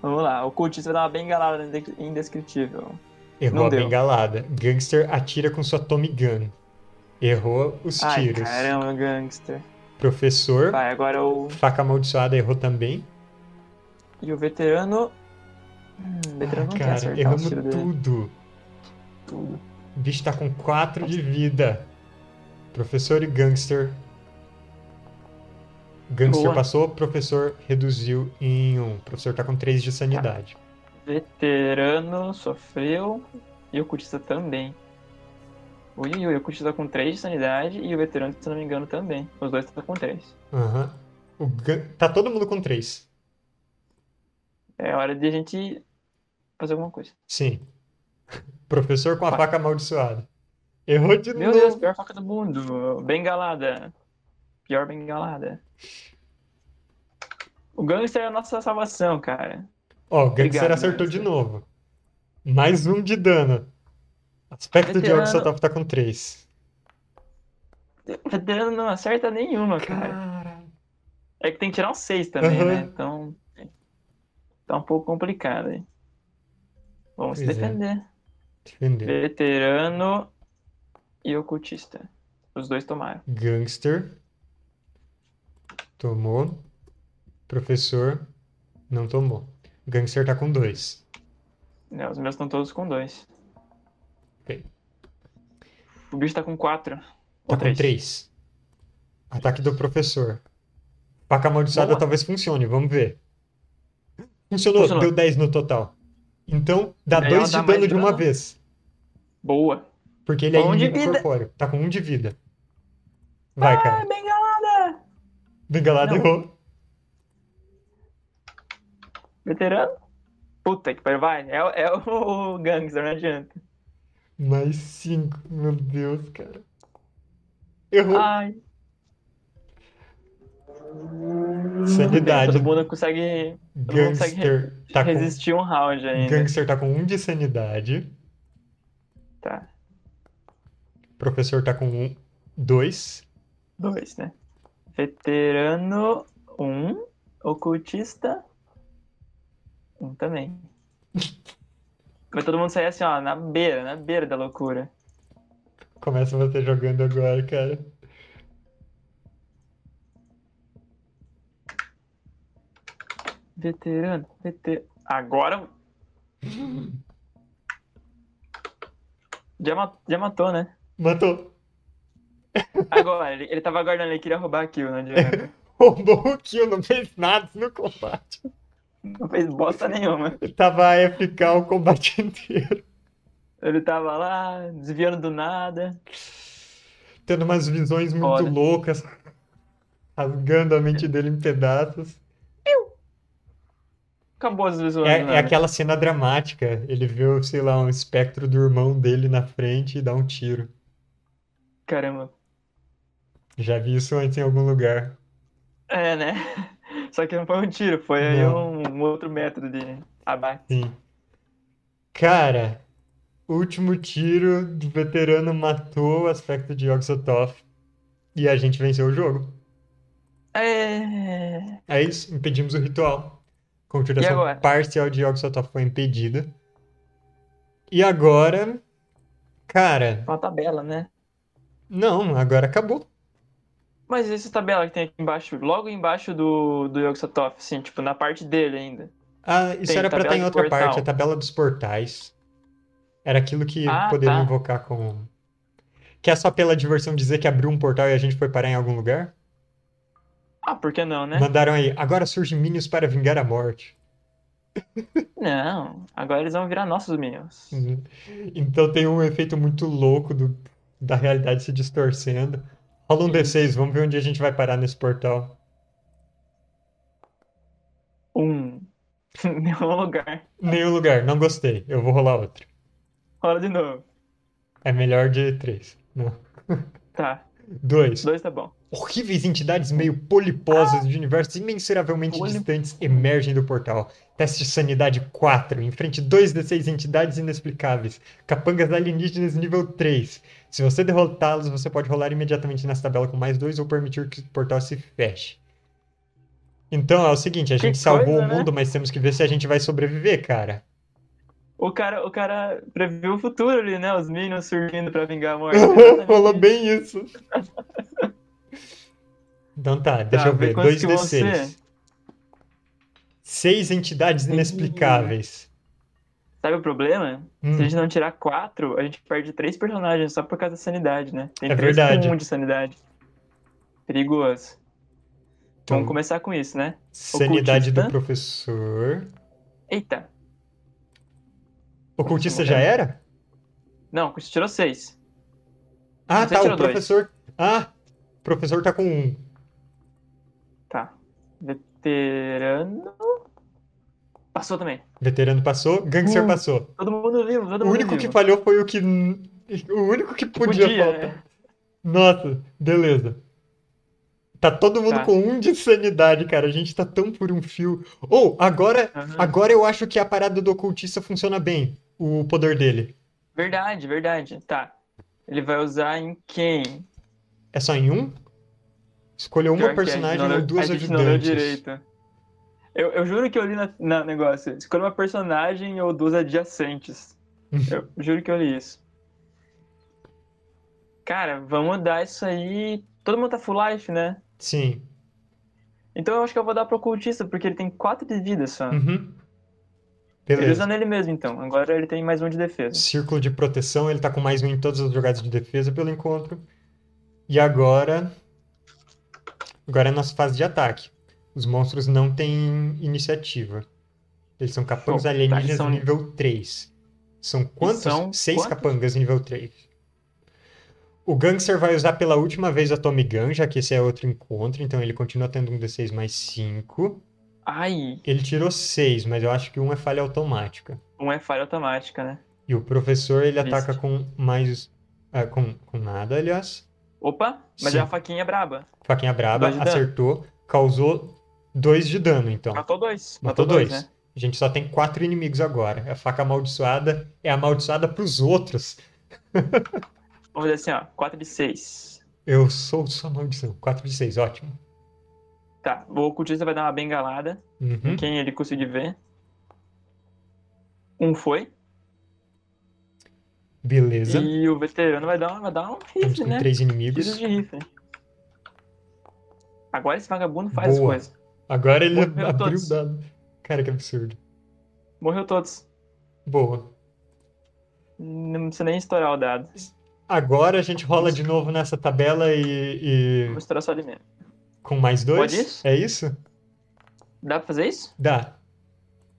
[SPEAKER 2] Vamos lá. O ocultista vai dar uma bengalada inde- indescritível.
[SPEAKER 1] Errou
[SPEAKER 2] Não
[SPEAKER 1] a
[SPEAKER 2] deu.
[SPEAKER 1] bengalada. Gangster atira com sua Tommy Gun. Errou os
[SPEAKER 2] Ai,
[SPEAKER 1] tiros.
[SPEAKER 2] caramba, gangster.
[SPEAKER 1] Professor,
[SPEAKER 2] Vai, agora o.
[SPEAKER 1] faca amaldiçoada, errou também.
[SPEAKER 2] E o veterano. Hum, o veterano
[SPEAKER 1] ah,
[SPEAKER 2] não quer
[SPEAKER 1] cara,
[SPEAKER 2] acertar o
[SPEAKER 1] erramos
[SPEAKER 2] tiro dele.
[SPEAKER 1] tudo.
[SPEAKER 2] Tudo.
[SPEAKER 1] O bicho tá com 4 de vida. Professor e gangster. Gangster
[SPEAKER 2] Boa.
[SPEAKER 1] passou, professor reduziu em 1. Um. Professor tá com 3 de
[SPEAKER 2] Tá.
[SPEAKER 1] sanidade.
[SPEAKER 2] Veterano sofreu. E o cultista também. Ui, ui, ui, o cultista tá com 3 de sanidade e o veterano, se não me engano, também. Os dois estão com 3.
[SPEAKER 1] Aham. O Gun- Tá todo mundo com três.
[SPEAKER 2] É hora de a gente fazer alguma coisa.
[SPEAKER 1] Sim. Professor com a faca amaldiçoada. Errou de
[SPEAKER 2] Meu
[SPEAKER 1] novo.
[SPEAKER 2] Deus, pior faca do mundo. Bengalada. Pior bengalada. O gangster é a nossa salvação, cara.
[SPEAKER 1] Ó, o Gangster
[SPEAKER 2] Obrigado,
[SPEAKER 1] acertou de
[SPEAKER 2] Gangster.
[SPEAKER 1] novo. Mais um de dano. Aspecto de ódio
[SPEAKER 2] Veterano.
[SPEAKER 1] só tá, tá com três.
[SPEAKER 2] O veterano não acerta nenhuma, cara.
[SPEAKER 1] Cara.
[SPEAKER 2] É que tem que tirar um 6 também,
[SPEAKER 1] Aham.
[SPEAKER 2] né? Então. Tá um pouco complicado aí. Vamos se
[SPEAKER 1] Pois é.
[SPEAKER 2] defender.
[SPEAKER 1] Entendeu?
[SPEAKER 2] Veterano e ocultista. Os dois tomaram.
[SPEAKER 1] Gangster. Tomou. Professor. Não tomou. Gangster tá com dois.
[SPEAKER 2] Né, Os meus estão todos com dois.
[SPEAKER 1] Ok.
[SPEAKER 2] O bicho tá com quatro.
[SPEAKER 1] Tá
[SPEAKER 2] Ou
[SPEAKER 1] com três. Ataque do professor. Faca amaldiçoada
[SPEAKER 2] Boa.
[SPEAKER 1] talvez funcione, vamos ver. Funcionou,
[SPEAKER 2] Funcionou.
[SPEAKER 1] deu 10 no total. Então, dá
[SPEAKER 2] Daí
[SPEAKER 1] 2
[SPEAKER 2] ela
[SPEAKER 1] de
[SPEAKER 2] dá
[SPEAKER 1] dano
[SPEAKER 2] mais
[SPEAKER 1] de uma
[SPEAKER 2] dano.
[SPEAKER 1] vez.
[SPEAKER 2] Boa.
[SPEAKER 1] Porque ele é
[SPEAKER 2] Um de
[SPEAKER 1] inimigo
[SPEAKER 2] vida.
[SPEAKER 1] corpóreo. Tá com um de vida. Vai, cara.
[SPEAKER 2] Ah, bengalada!
[SPEAKER 1] Bengalada
[SPEAKER 2] não.
[SPEAKER 1] errou.
[SPEAKER 2] Veterano? Puta que pariu, vai. É, o- é o gangster, não adianta.
[SPEAKER 1] Mais 5. Meu Deus, cara. Errou.
[SPEAKER 2] Ai.
[SPEAKER 1] Sanidade.
[SPEAKER 2] Todo mundo consegue todo mundo consegue
[SPEAKER 1] Gangster. Tá com...
[SPEAKER 2] resistir um round ainda.
[SPEAKER 1] Gangster tá com 1 um de sanidade.
[SPEAKER 2] Tá.
[SPEAKER 1] Professor tá com 1. 2.
[SPEAKER 2] Dois, né? Veterano, um. Ocultista, um também. Vai todo mundo sair assim, ó, na beira, na beira da loucura.
[SPEAKER 1] Começa você jogando agora, cara.
[SPEAKER 2] Veterano, veterano. Agora. um. Já, ma- já matou, né?
[SPEAKER 1] Matou.
[SPEAKER 2] Agora, ele, ele tava aguardando, ele queria roubar aquilo, não adianta.
[SPEAKER 1] Roubou o um kill, não fez nada no combate.
[SPEAKER 2] Não fez bosta nenhuma.
[SPEAKER 1] Ele tava AFK o combate inteiro.
[SPEAKER 2] Ele tava lá, desviando do nada.
[SPEAKER 1] Tendo umas visões muito
[SPEAKER 2] Foda.
[SPEAKER 1] loucas. Rasgando a mente dele em pedaços.
[SPEAKER 2] Acabou as né? visões do
[SPEAKER 1] É, é
[SPEAKER 2] nada.
[SPEAKER 1] aquela cena dramática. Ele vê, sei lá, um espectro do irmão dele na frente e dá um tiro.
[SPEAKER 2] Caramba.
[SPEAKER 1] Já vi isso antes em algum lugar.
[SPEAKER 2] É, né? Só que não foi um tiro, foi aí
[SPEAKER 1] Não.
[SPEAKER 2] um, um outro método de abate.
[SPEAKER 1] Sim. Cara, último tiro do veterano matou o aspecto de Oxotoff. E a gente venceu o jogo.
[SPEAKER 2] É...
[SPEAKER 1] É isso, impedimos o ritual.
[SPEAKER 2] E
[SPEAKER 1] Continuação
[SPEAKER 2] agora?
[SPEAKER 1] parcial de Oxotoff foi impedida. E agora. Cara,
[SPEAKER 2] Uma tabela, né?
[SPEAKER 1] não, agora acabou.
[SPEAKER 2] Mas essa tabela que tem aqui embaixo, logo embaixo do, do Yogg-Sothoth, assim, tipo, na parte dele ainda.
[SPEAKER 1] Ah, isso
[SPEAKER 2] Tem
[SPEAKER 1] era pra
[SPEAKER 2] tabela
[SPEAKER 1] estar em
[SPEAKER 2] de
[SPEAKER 1] outra
[SPEAKER 2] portal.
[SPEAKER 1] parte, a tabela dos portais. Era aquilo que
[SPEAKER 2] Ah,
[SPEAKER 1] poderia
[SPEAKER 2] tá.
[SPEAKER 1] invocar com. um. Que é só pela diversão dizer que abriu um portal e a gente foi parar em algum lugar?
[SPEAKER 2] Ah, por que não, né?
[SPEAKER 1] Mandaram aí, agora surgem minions para vingar a morte.
[SPEAKER 2] Não, agora eles vão virar nossos minions.
[SPEAKER 1] Uhum. Então tem um efeito muito louco do- da realidade se distorcendo. Rola um D6, vamos ver onde a gente vai parar nesse portal.
[SPEAKER 2] Um. Em Nenhum lugar.
[SPEAKER 1] Nenhum lugar, não gostei. Eu vou rolar outro.
[SPEAKER 2] Rola de novo.
[SPEAKER 1] É melhor de três. Não.
[SPEAKER 2] Tá,
[SPEAKER 1] Dois.
[SPEAKER 2] dois tá bom.
[SPEAKER 1] Horríveis entidades meio poliposas de universos imensuravelmente
[SPEAKER 2] Poli-
[SPEAKER 1] distantes emergem do portal. Teste de sanidade 4. Enfrente 2d6 entidades inexplicáveis. Capangas alienígenas nível 3. Se você derrotá-los, você pode rolar imediatamente nessa tabela com mais 2 ou permitir que o portal se feche. Então é o seguinte, a
[SPEAKER 2] Que
[SPEAKER 1] gente salvou
[SPEAKER 2] coisa,
[SPEAKER 1] o
[SPEAKER 2] né?
[SPEAKER 1] mundo, mas temos que ver se a gente vai sobreviver, cara.
[SPEAKER 2] O cara, o cara previu o futuro ali, né? Os minions surgindo pra vingar a morte.
[SPEAKER 1] Falou bem isso. Então tá, deixa
[SPEAKER 2] Tá,
[SPEAKER 1] eu
[SPEAKER 2] vê
[SPEAKER 1] ver.
[SPEAKER 2] quantos que
[SPEAKER 1] 2d6.
[SPEAKER 2] vão ser.
[SPEAKER 1] Seis entidades inexplicáveis.
[SPEAKER 2] Sabe o problema?
[SPEAKER 1] Hum,
[SPEAKER 2] Se a gente não tirar quatro, a gente perde três personagens só por causa da sanidade, né? Tem
[SPEAKER 1] É
[SPEAKER 2] três
[SPEAKER 1] verdade.
[SPEAKER 2] com um de sanidade. Perigoso.
[SPEAKER 1] então,
[SPEAKER 2] Vamos começar com isso, né?
[SPEAKER 1] sanidade do
[SPEAKER 2] ocultista.
[SPEAKER 1] professor.
[SPEAKER 2] Eita.
[SPEAKER 1] Ocultista
[SPEAKER 2] Vamos
[SPEAKER 1] já
[SPEAKER 2] ver.
[SPEAKER 1] era?
[SPEAKER 2] Não, você tirou seis.
[SPEAKER 1] Ah,
[SPEAKER 2] Você
[SPEAKER 1] tá. O
[SPEAKER 2] tirou dois.
[SPEAKER 1] professor. Ah, o professor tá com um.
[SPEAKER 2] Tá. Veterano. Passou também.
[SPEAKER 1] Veterano passou, Gangster
[SPEAKER 2] Hum.
[SPEAKER 1] passou.
[SPEAKER 2] Todo mundo vivo, todo
[SPEAKER 1] O
[SPEAKER 2] mundo
[SPEAKER 1] único que
[SPEAKER 2] vivo.
[SPEAKER 1] falhou foi o que. O único que podia, faltar.
[SPEAKER 2] né?
[SPEAKER 1] Nossa, beleza. Tá todo mundo
[SPEAKER 2] Tá.
[SPEAKER 1] com um de sanidade, cara. A gente tá tão por um fio. Ou, agora,
[SPEAKER 2] Aham.
[SPEAKER 1] agora eu acho que a parada do ocultista funciona bem. O poder dele.
[SPEAKER 2] Verdade, verdade. Tá. Ele vai usar em quem?
[SPEAKER 1] É só em um? Escolha uma
[SPEAKER 2] Pior que é, a gente
[SPEAKER 1] personagem
[SPEAKER 2] não
[SPEAKER 1] ou
[SPEAKER 2] deu-
[SPEAKER 1] duas
[SPEAKER 2] a gente não deu
[SPEAKER 1] ajudantes.
[SPEAKER 2] direito. Eu, eu juro que eu li na, na negócio. Escolha uma personagem ou duas adjacentes. eu juro que eu li isso. Cara, vamos dar isso aí. Todo mundo tá full life, né?
[SPEAKER 1] Sim.
[SPEAKER 2] Então eu acho que eu vou dar pro ocultista, porque ele tem quatro de vida só.
[SPEAKER 1] Uhum.
[SPEAKER 2] Ele
[SPEAKER 1] Beleza.
[SPEAKER 2] usa nele mesmo, então. Agora ele tem mais um de defesa.
[SPEAKER 1] Círculo de proteção, ele tá com mais um em todas as jogadas de defesa pelo encontro. E agora. Agora é a nossa fase de ataque. Os monstros não têm iniciativa. Eles são capangas
[SPEAKER 2] Bom, tá, eles
[SPEAKER 1] alienígenas
[SPEAKER 2] são-
[SPEAKER 1] nível 3. São quantos?
[SPEAKER 2] são
[SPEAKER 1] Seis
[SPEAKER 2] quantos?
[SPEAKER 1] capangas nível 3. O Gangster vai usar pela última vez a Tommy Gun, já que esse é outro encontro, então ele continua tendo um D6 mais 5.
[SPEAKER 2] Ai,
[SPEAKER 1] Ele tirou 6, mas eu acho que um é falha automática.
[SPEAKER 2] um é falha automática, né?
[SPEAKER 1] E o professor, ele ataca
[SPEAKER 2] Triste.
[SPEAKER 1] com mais. ah, com, com nada, aliás.
[SPEAKER 2] Opa, mas
[SPEAKER 1] Sim.
[SPEAKER 2] é uma faquinha braba.
[SPEAKER 1] Faquinha braba,
[SPEAKER 2] Dois de dano.
[SPEAKER 1] acertou, causou 2 de dano, então.
[SPEAKER 2] Matou dois.
[SPEAKER 1] Matou dois.
[SPEAKER 2] né?
[SPEAKER 1] A gente só tem quatro inimigos agora. É A faca amaldiçoada é amaldiçoada pros outros.
[SPEAKER 2] Vamos fazer assim, ó. Quatro de seis.
[SPEAKER 1] Eu sou sua maldição. 4 de 6, ótimo.
[SPEAKER 2] Tá, o ocultista vai dar uma bengalada em
[SPEAKER 1] Uhum.
[SPEAKER 2] quem ele conseguir ver. Um foi.
[SPEAKER 1] Beleza.
[SPEAKER 2] E o veterano vai dar, uma- vai dar um
[SPEAKER 1] Estamos
[SPEAKER 2] rifle,
[SPEAKER 1] com
[SPEAKER 2] né?
[SPEAKER 1] três
[SPEAKER 2] Tiros
[SPEAKER 1] inimigos.
[SPEAKER 2] de rifle. Agora esse vagabundo faz
[SPEAKER 1] Boa.
[SPEAKER 2] as coisas.
[SPEAKER 1] Agora ele
[SPEAKER 2] Morreram
[SPEAKER 1] abriu o
[SPEAKER 2] todos.
[SPEAKER 1] dado. Cara, que absurdo.
[SPEAKER 2] Morreu todos.
[SPEAKER 1] Boa.
[SPEAKER 2] Não precisa nem estourar o dado.
[SPEAKER 1] Agora a gente rola de novo nessa tabela e,
[SPEAKER 2] Vou
[SPEAKER 1] e
[SPEAKER 2] estourar só ali mesmo.
[SPEAKER 1] com mais dois?
[SPEAKER 2] Pode isso?
[SPEAKER 1] É isso?
[SPEAKER 2] Dá pra fazer isso?
[SPEAKER 1] Dá.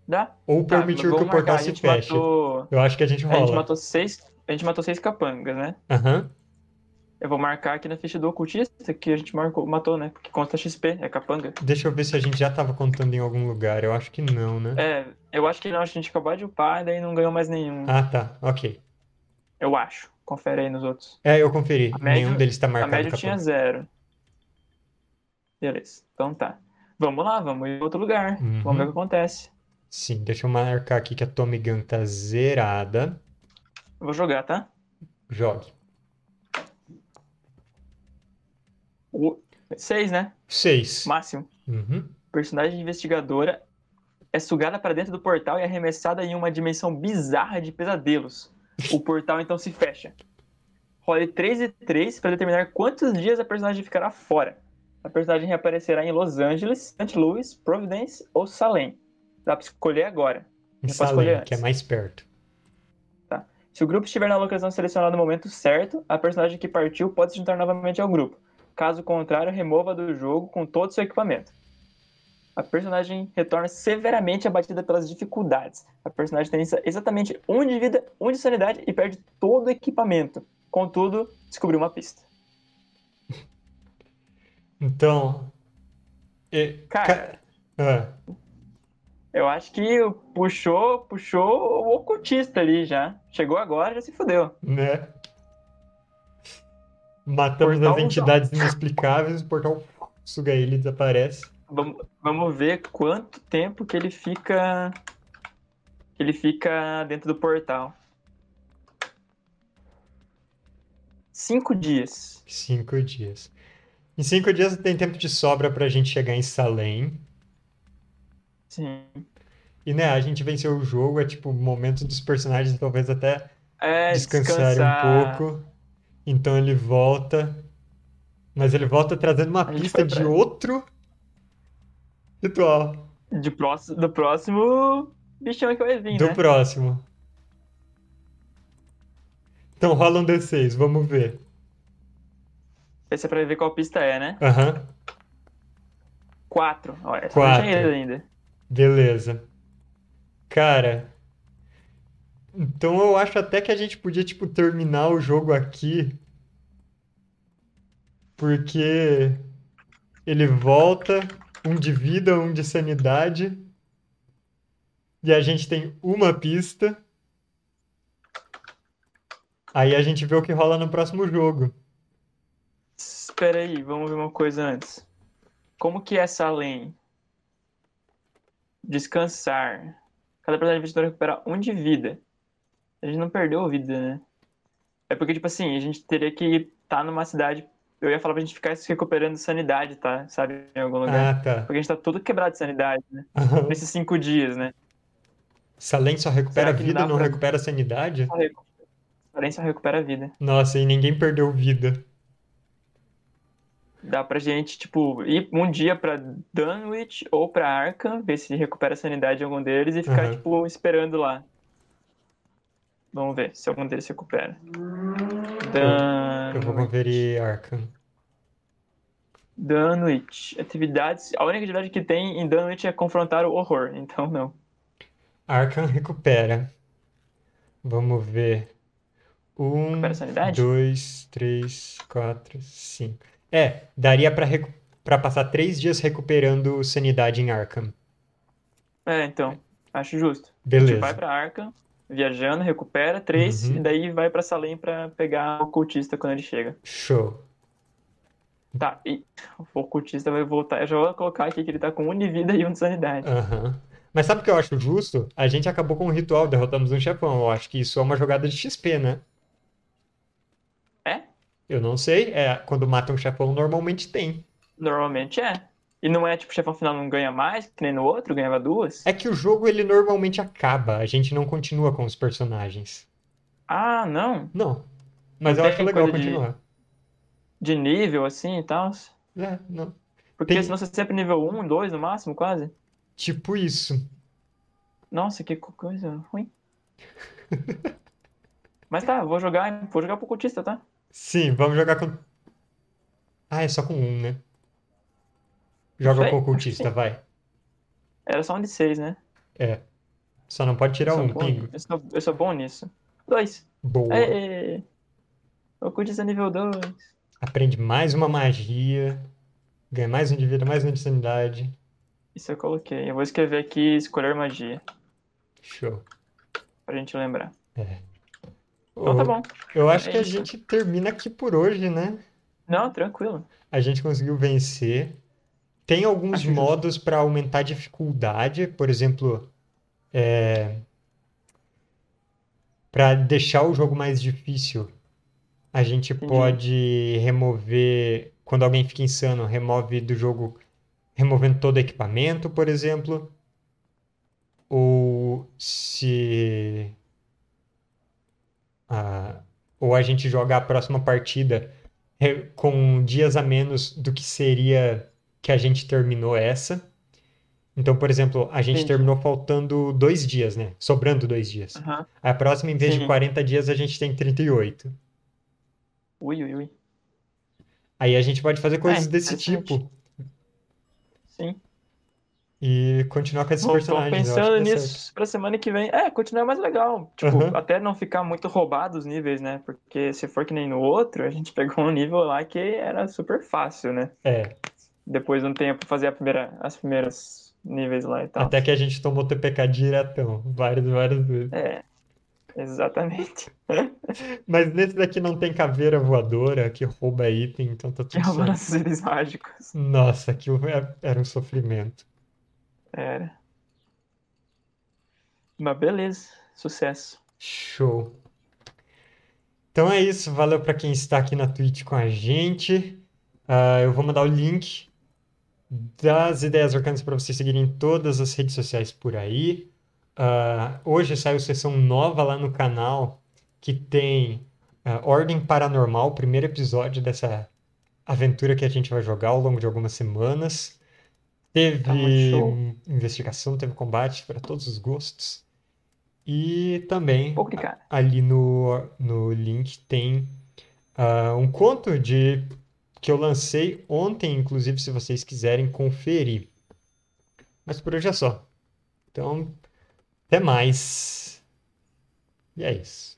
[SPEAKER 2] Dá?
[SPEAKER 1] Ou
[SPEAKER 2] Tá,
[SPEAKER 1] permitir
[SPEAKER 2] vamos
[SPEAKER 1] que o portal
[SPEAKER 2] marcar. A
[SPEAKER 1] se
[SPEAKER 2] gente
[SPEAKER 1] feche.
[SPEAKER 2] matou-
[SPEAKER 1] Eu acho que a gente
[SPEAKER 2] A gente
[SPEAKER 1] rola.
[SPEAKER 2] matou seis. A gente matou seis capangas, né?
[SPEAKER 1] Aham.
[SPEAKER 2] Eu vou marcar aqui na ficha do ocultista que a gente marcou, matou, né? Porque conta XP, é capanga.
[SPEAKER 1] Deixa eu ver se a gente já tava contando em algum lugar. Eu acho que não, né?
[SPEAKER 2] É, eu acho que não, a gente acabou de upar, daí não ganhou mais nenhum.
[SPEAKER 1] Ah, tá. Ok.
[SPEAKER 2] Eu acho. Confere aí nos outros.
[SPEAKER 1] É, eu conferi.
[SPEAKER 2] A média-
[SPEAKER 1] Nenhum deles tá
[SPEAKER 2] A
[SPEAKER 1] marcado.
[SPEAKER 2] média
[SPEAKER 1] capô.
[SPEAKER 2] tinha zero. Beleza, então tá. Vamos lá, vamos em outro lugar.
[SPEAKER 1] Uhum.
[SPEAKER 2] Vamos ver o que acontece.
[SPEAKER 1] Sim, deixa eu marcar aqui que a Tommy Gun tá zerada.
[SPEAKER 2] Eu vou jogar, tá?
[SPEAKER 1] Jogue.
[SPEAKER 2] O... Seis, né?
[SPEAKER 1] Seis.
[SPEAKER 2] Máximo.
[SPEAKER 1] Uhum.
[SPEAKER 2] Personagem investigadora é sugada para dentro do portal e arremessada em uma dimensão bizarra de pesadelos. O portal então se fecha. Role 3 e 3 para determinar quantos dias a personagem ficará fora. A personagem reaparecerá em Los Angeles, St. Louis, Providence ou Salem. Dá para escolher agora.
[SPEAKER 1] Em
[SPEAKER 2] posso
[SPEAKER 1] Salem,
[SPEAKER 2] escolher
[SPEAKER 1] que
[SPEAKER 2] antes.
[SPEAKER 1] é mais perto.
[SPEAKER 2] Se o grupo estiver na locação selecionada no momento certo, a personagem que partiu pode se juntar novamente ao grupo. Caso contrário, remova do jogo com todo o seu equipamento. A personagem retorna severamente abatida pelas dificuldades. A personagem tem exa- exatamente um de vida, um de sanidade e perde todo o equipamento. Contudo, descobriu uma pista.
[SPEAKER 1] Então. é,
[SPEAKER 2] Cara,
[SPEAKER 1] ah,
[SPEAKER 2] eu acho que puxou, puxou o ocultista ali já. Chegou agora, já se fudeu.
[SPEAKER 1] né? Matamos
[SPEAKER 2] Portal um
[SPEAKER 1] as entidades inexplicáveis, o portal suga ele e desaparece.
[SPEAKER 2] Vamos, vamos ver quanto tempo que ele fica. que ele fica dentro do portal. Cinco dias.
[SPEAKER 1] Cinco dias. Em cinco dias tem tempo de sobra pra gente chegar em Salem.
[SPEAKER 2] Sim.
[SPEAKER 1] E, né, a gente venceu o jogo, é tipo o momento dos personagens talvez até
[SPEAKER 2] É,
[SPEAKER 1] descansarem
[SPEAKER 2] descansar.
[SPEAKER 1] um pouco. Então ele volta. Mas ele volta trazendo uma
[SPEAKER 2] A gente
[SPEAKER 1] pista
[SPEAKER 2] foi
[SPEAKER 1] de
[SPEAKER 2] pra-
[SPEAKER 1] outro ritual.
[SPEAKER 2] De próximo, do próximo bichão que vai vir,
[SPEAKER 1] Do
[SPEAKER 2] né?
[SPEAKER 1] próximo. Então rola um D6, vamos ver.
[SPEAKER 2] Esse é pra ver qual pista é, né?
[SPEAKER 1] Aham,
[SPEAKER 2] Quatro. Olha, essa
[SPEAKER 1] Quatro.
[SPEAKER 2] não tinha ido ainda.
[SPEAKER 1] beleza. Cara. Então eu acho até que a gente podia, tipo, terminar o jogo aqui. Porque ele volta, um de vida, um de sanidade. E a gente tem uma pista. Aí a gente vê o que rola no próximo jogo.
[SPEAKER 2] Espera aí, vamos ver uma coisa antes. Como que é essa lane? Descansar. Cada personagem vencedor recupera um de vida. A gente não perdeu vida, né? É porque, tipo assim, a gente teria que estar numa cidade. Eu ia falar pra gente ficar se recuperando de sanidade, tá? Sabe? Em algum lugar.
[SPEAKER 1] Ah, tá.
[SPEAKER 2] Porque a gente tá todo quebrado de sanidade, né?
[SPEAKER 1] Aham.
[SPEAKER 2] Nesses cinco dias, né?
[SPEAKER 1] Salem só recupera
[SPEAKER 2] Será que
[SPEAKER 1] vida,
[SPEAKER 2] dá
[SPEAKER 1] não
[SPEAKER 2] pra-
[SPEAKER 1] recupera sanidade?
[SPEAKER 2] Só recu- A gente só recupera a vida.
[SPEAKER 1] Nossa, e ninguém perdeu vida.
[SPEAKER 2] Dá pra gente, tipo, ir um dia pra Dunwich ou pra Arkham, ver se recupera a sanidade de algum deles e ficar,
[SPEAKER 1] Aham.
[SPEAKER 2] tipo, esperando lá. Vamos ver se algum deles se recupera.
[SPEAKER 1] Eu vou
[SPEAKER 2] Dun...
[SPEAKER 1] conferir Arkham.
[SPEAKER 2] Dunwich. Atividades. A única atividade que tem em Dunwich é confrontar o horror, então não.
[SPEAKER 1] Arkham recupera. Vamos ver. Um,
[SPEAKER 2] Recupera a sanidade?
[SPEAKER 1] dois, três, quatro, cinco. É, daria pra recu- pra passar três dias recuperando sanidade em Arkham.
[SPEAKER 2] É, então. Acho justo. A gente vai
[SPEAKER 1] Beleza.
[SPEAKER 2] pra Arkham, viajando, recupera três,
[SPEAKER 1] Uhum.
[SPEAKER 2] e daí vai pra Salem pra pegar o cultista quando ele chega.
[SPEAKER 1] Show.
[SPEAKER 2] Tá, e o ocultista vai voltar. Eu já vou colocar aqui que ele tá com um de vida e um de sanidade.
[SPEAKER 1] Aham. Mas sabe o que eu acho justo? A gente acabou com um ritual, derrotamos um chefão. Eu acho que isso é uma jogada de XP, né?
[SPEAKER 2] É?
[SPEAKER 1] Eu não sei. É, quando mata um chefão, normalmente tem.
[SPEAKER 2] Normalmente é. E não é tipo, chefão final não ganha mais, que nem no outro, ganhava duas.
[SPEAKER 1] É que o jogo ele normalmente acaba, a gente não continua com os personagens.
[SPEAKER 2] Ah, não.
[SPEAKER 1] Não. Mas
[SPEAKER 2] Não
[SPEAKER 1] eu acho
[SPEAKER 2] tem
[SPEAKER 1] legal
[SPEAKER 2] coisa de-
[SPEAKER 1] continuar.
[SPEAKER 2] De nível assim e tal.
[SPEAKER 1] É, não.
[SPEAKER 2] Porque
[SPEAKER 1] Tem-
[SPEAKER 2] senão você é sempre nível 1, 2 no máximo, quase.
[SPEAKER 1] Tipo isso.
[SPEAKER 2] Nossa, que co- coisa ruim. Mas tá, vou jogar, vou jogar pro ocultista, tá?
[SPEAKER 1] Sim, vamos jogar com. Ah, é só com um, né? Joga
[SPEAKER 2] Sei,
[SPEAKER 1] com o
[SPEAKER 2] acho que
[SPEAKER 1] cultista,
[SPEAKER 2] sim.
[SPEAKER 1] vai.
[SPEAKER 2] Era só um de 6, né?
[SPEAKER 1] Só não pode tirar
[SPEAKER 2] Eu sou
[SPEAKER 1] um,
[SPEAKER 2] bom-
[SPEAKER 1] pingo.
[SPEAKER 2] eu sou- eu sou bom nisso. Dois.
[SPEAKER 1] Boa.
[SPEAKER 2] É. Ocultista nível 2.
[SPEAKER 1] Aprende mais uma magia. Ganha mais um de vida, mais um de sanidade.
[SPEAKER 2] Isso eu coloquei. Eu vou escrever aqui escolher magia,
[SPEAKER 1] Show.
[SPEAKER 2] pra gente lembrar.
[SPEAKER 1] Ô,
[SPEAKER 2] Então tá bom.
[SPEAKER 1] Eu acho
[SPEAKER 2] É
[SPEAKER 1] que a
[SPEAKER 2] isso.
[SPEAKER 1] gente termina aqui por hoje, né?
[SPEAKER 2] Não, tranquilo.
[SPEAKER 1] A gente conseguiu vencer. Tem alguns
[SPEAKER 2] Acho justo.
[SPEAKER 1] modos para aumentar a dificuldade, por exemplo, para deixar o jogo mais difícil, a gente
[SPEAKER 2] Entendi.
[SPEAKER 1] pode remover, quando alguém fica insano, remove do jogo, removendo todo o equipamento, por exemplo. Ou se. ah, ou a gente joga a próxima partida re- com dias a menos do que seria que a gente terminou essa. Então, por exemplo, a gente
[SPEAKER 2] Entendi.
[SPEAKER 1] terminou faltando dois dias, né? Sobrando dois dias.
[SPEAKER 2] Aham.
[SPEAKER 1] A próxima, em vez de
[SPEAKER 2] Sim.
[SPEAKER 1] 40 dias, a gente tem 38.
[SPEAKER 2] Ui, ui, ui.
[SPEAKER 1] Aí a gente pode fazer coisas
[SPEAKER 2] É,
[SPEAKER 1] desse
[SPEAKER 2] interessante.
[SPEAKER 1] tipo
[SPEAKER 2] Sim.
[SPEAKER 1] e continuar com esses
[SPEAKER 2] Vou, vou
[SPEAKER 1] personagens. eu acho
[SPEAKER 2] pensando
[SPEAKER 1] que dá certo.
[SPEAKER 2] nisso pra semana que vem. É, continuar mais legal. Tipo,
[SPEAKER 1] Aham.
[SPEAKER 2] até não ficar muito roubado os níveis, né? Porque se for que nem no outro, a gente pegou um nível lá que era super fácil, né?
[SPEAKER 1] É,
[SPEAKER 2] Depois de um tempo fazer a primeira, as primeiras níveis lá e tal.
[SPEAKER 1] até que a gente tomou TPK diretão, várias, várias vezes.
[SPEAKER 2] É. Exatamente.
[SPEAKER 1] Mas nesse daqui não tem caveira voadora que rouba item, então tá
[SPEAKER 2] Que é
[SPEAKER 1] tudo certo.
[SPEAKER 2] avanços eles mágicos.
[SPEAKER 1] Nossa, aquilo era- era um sofrimento.
[SPEAKER 2] Era. Mas beleza. Sucesso.
[SPEAKER 1] Show. Então é isso. Valeu para quem está aqui na Twitch com a gente. Ah, eu vou mandar o link das ideias orgânicas para vocês seguirem em todas as redes sociais por aí. Ah, hoje saiu sessão nova lá no canal que tem ah, Ordem Paranormal, o primeiro episódio dessa aventura que a gente vai jogar ao longo de algumas semanas.
[SPEAKER 2] Tá muito
[SPEAKER 1] Teve
[SPEAKER 2] show.
[SPEAKER 1] investigação, teve combate para todos os gostos. E também
[SPEAKER 2] pouco de cara.
[SPEAKER 1] ali no, no link tem ah, um conto de que eu lancei ontem, inclusive, se vocês quiserem conferir. Mas por hoje é só. Então, até mais. E é isso.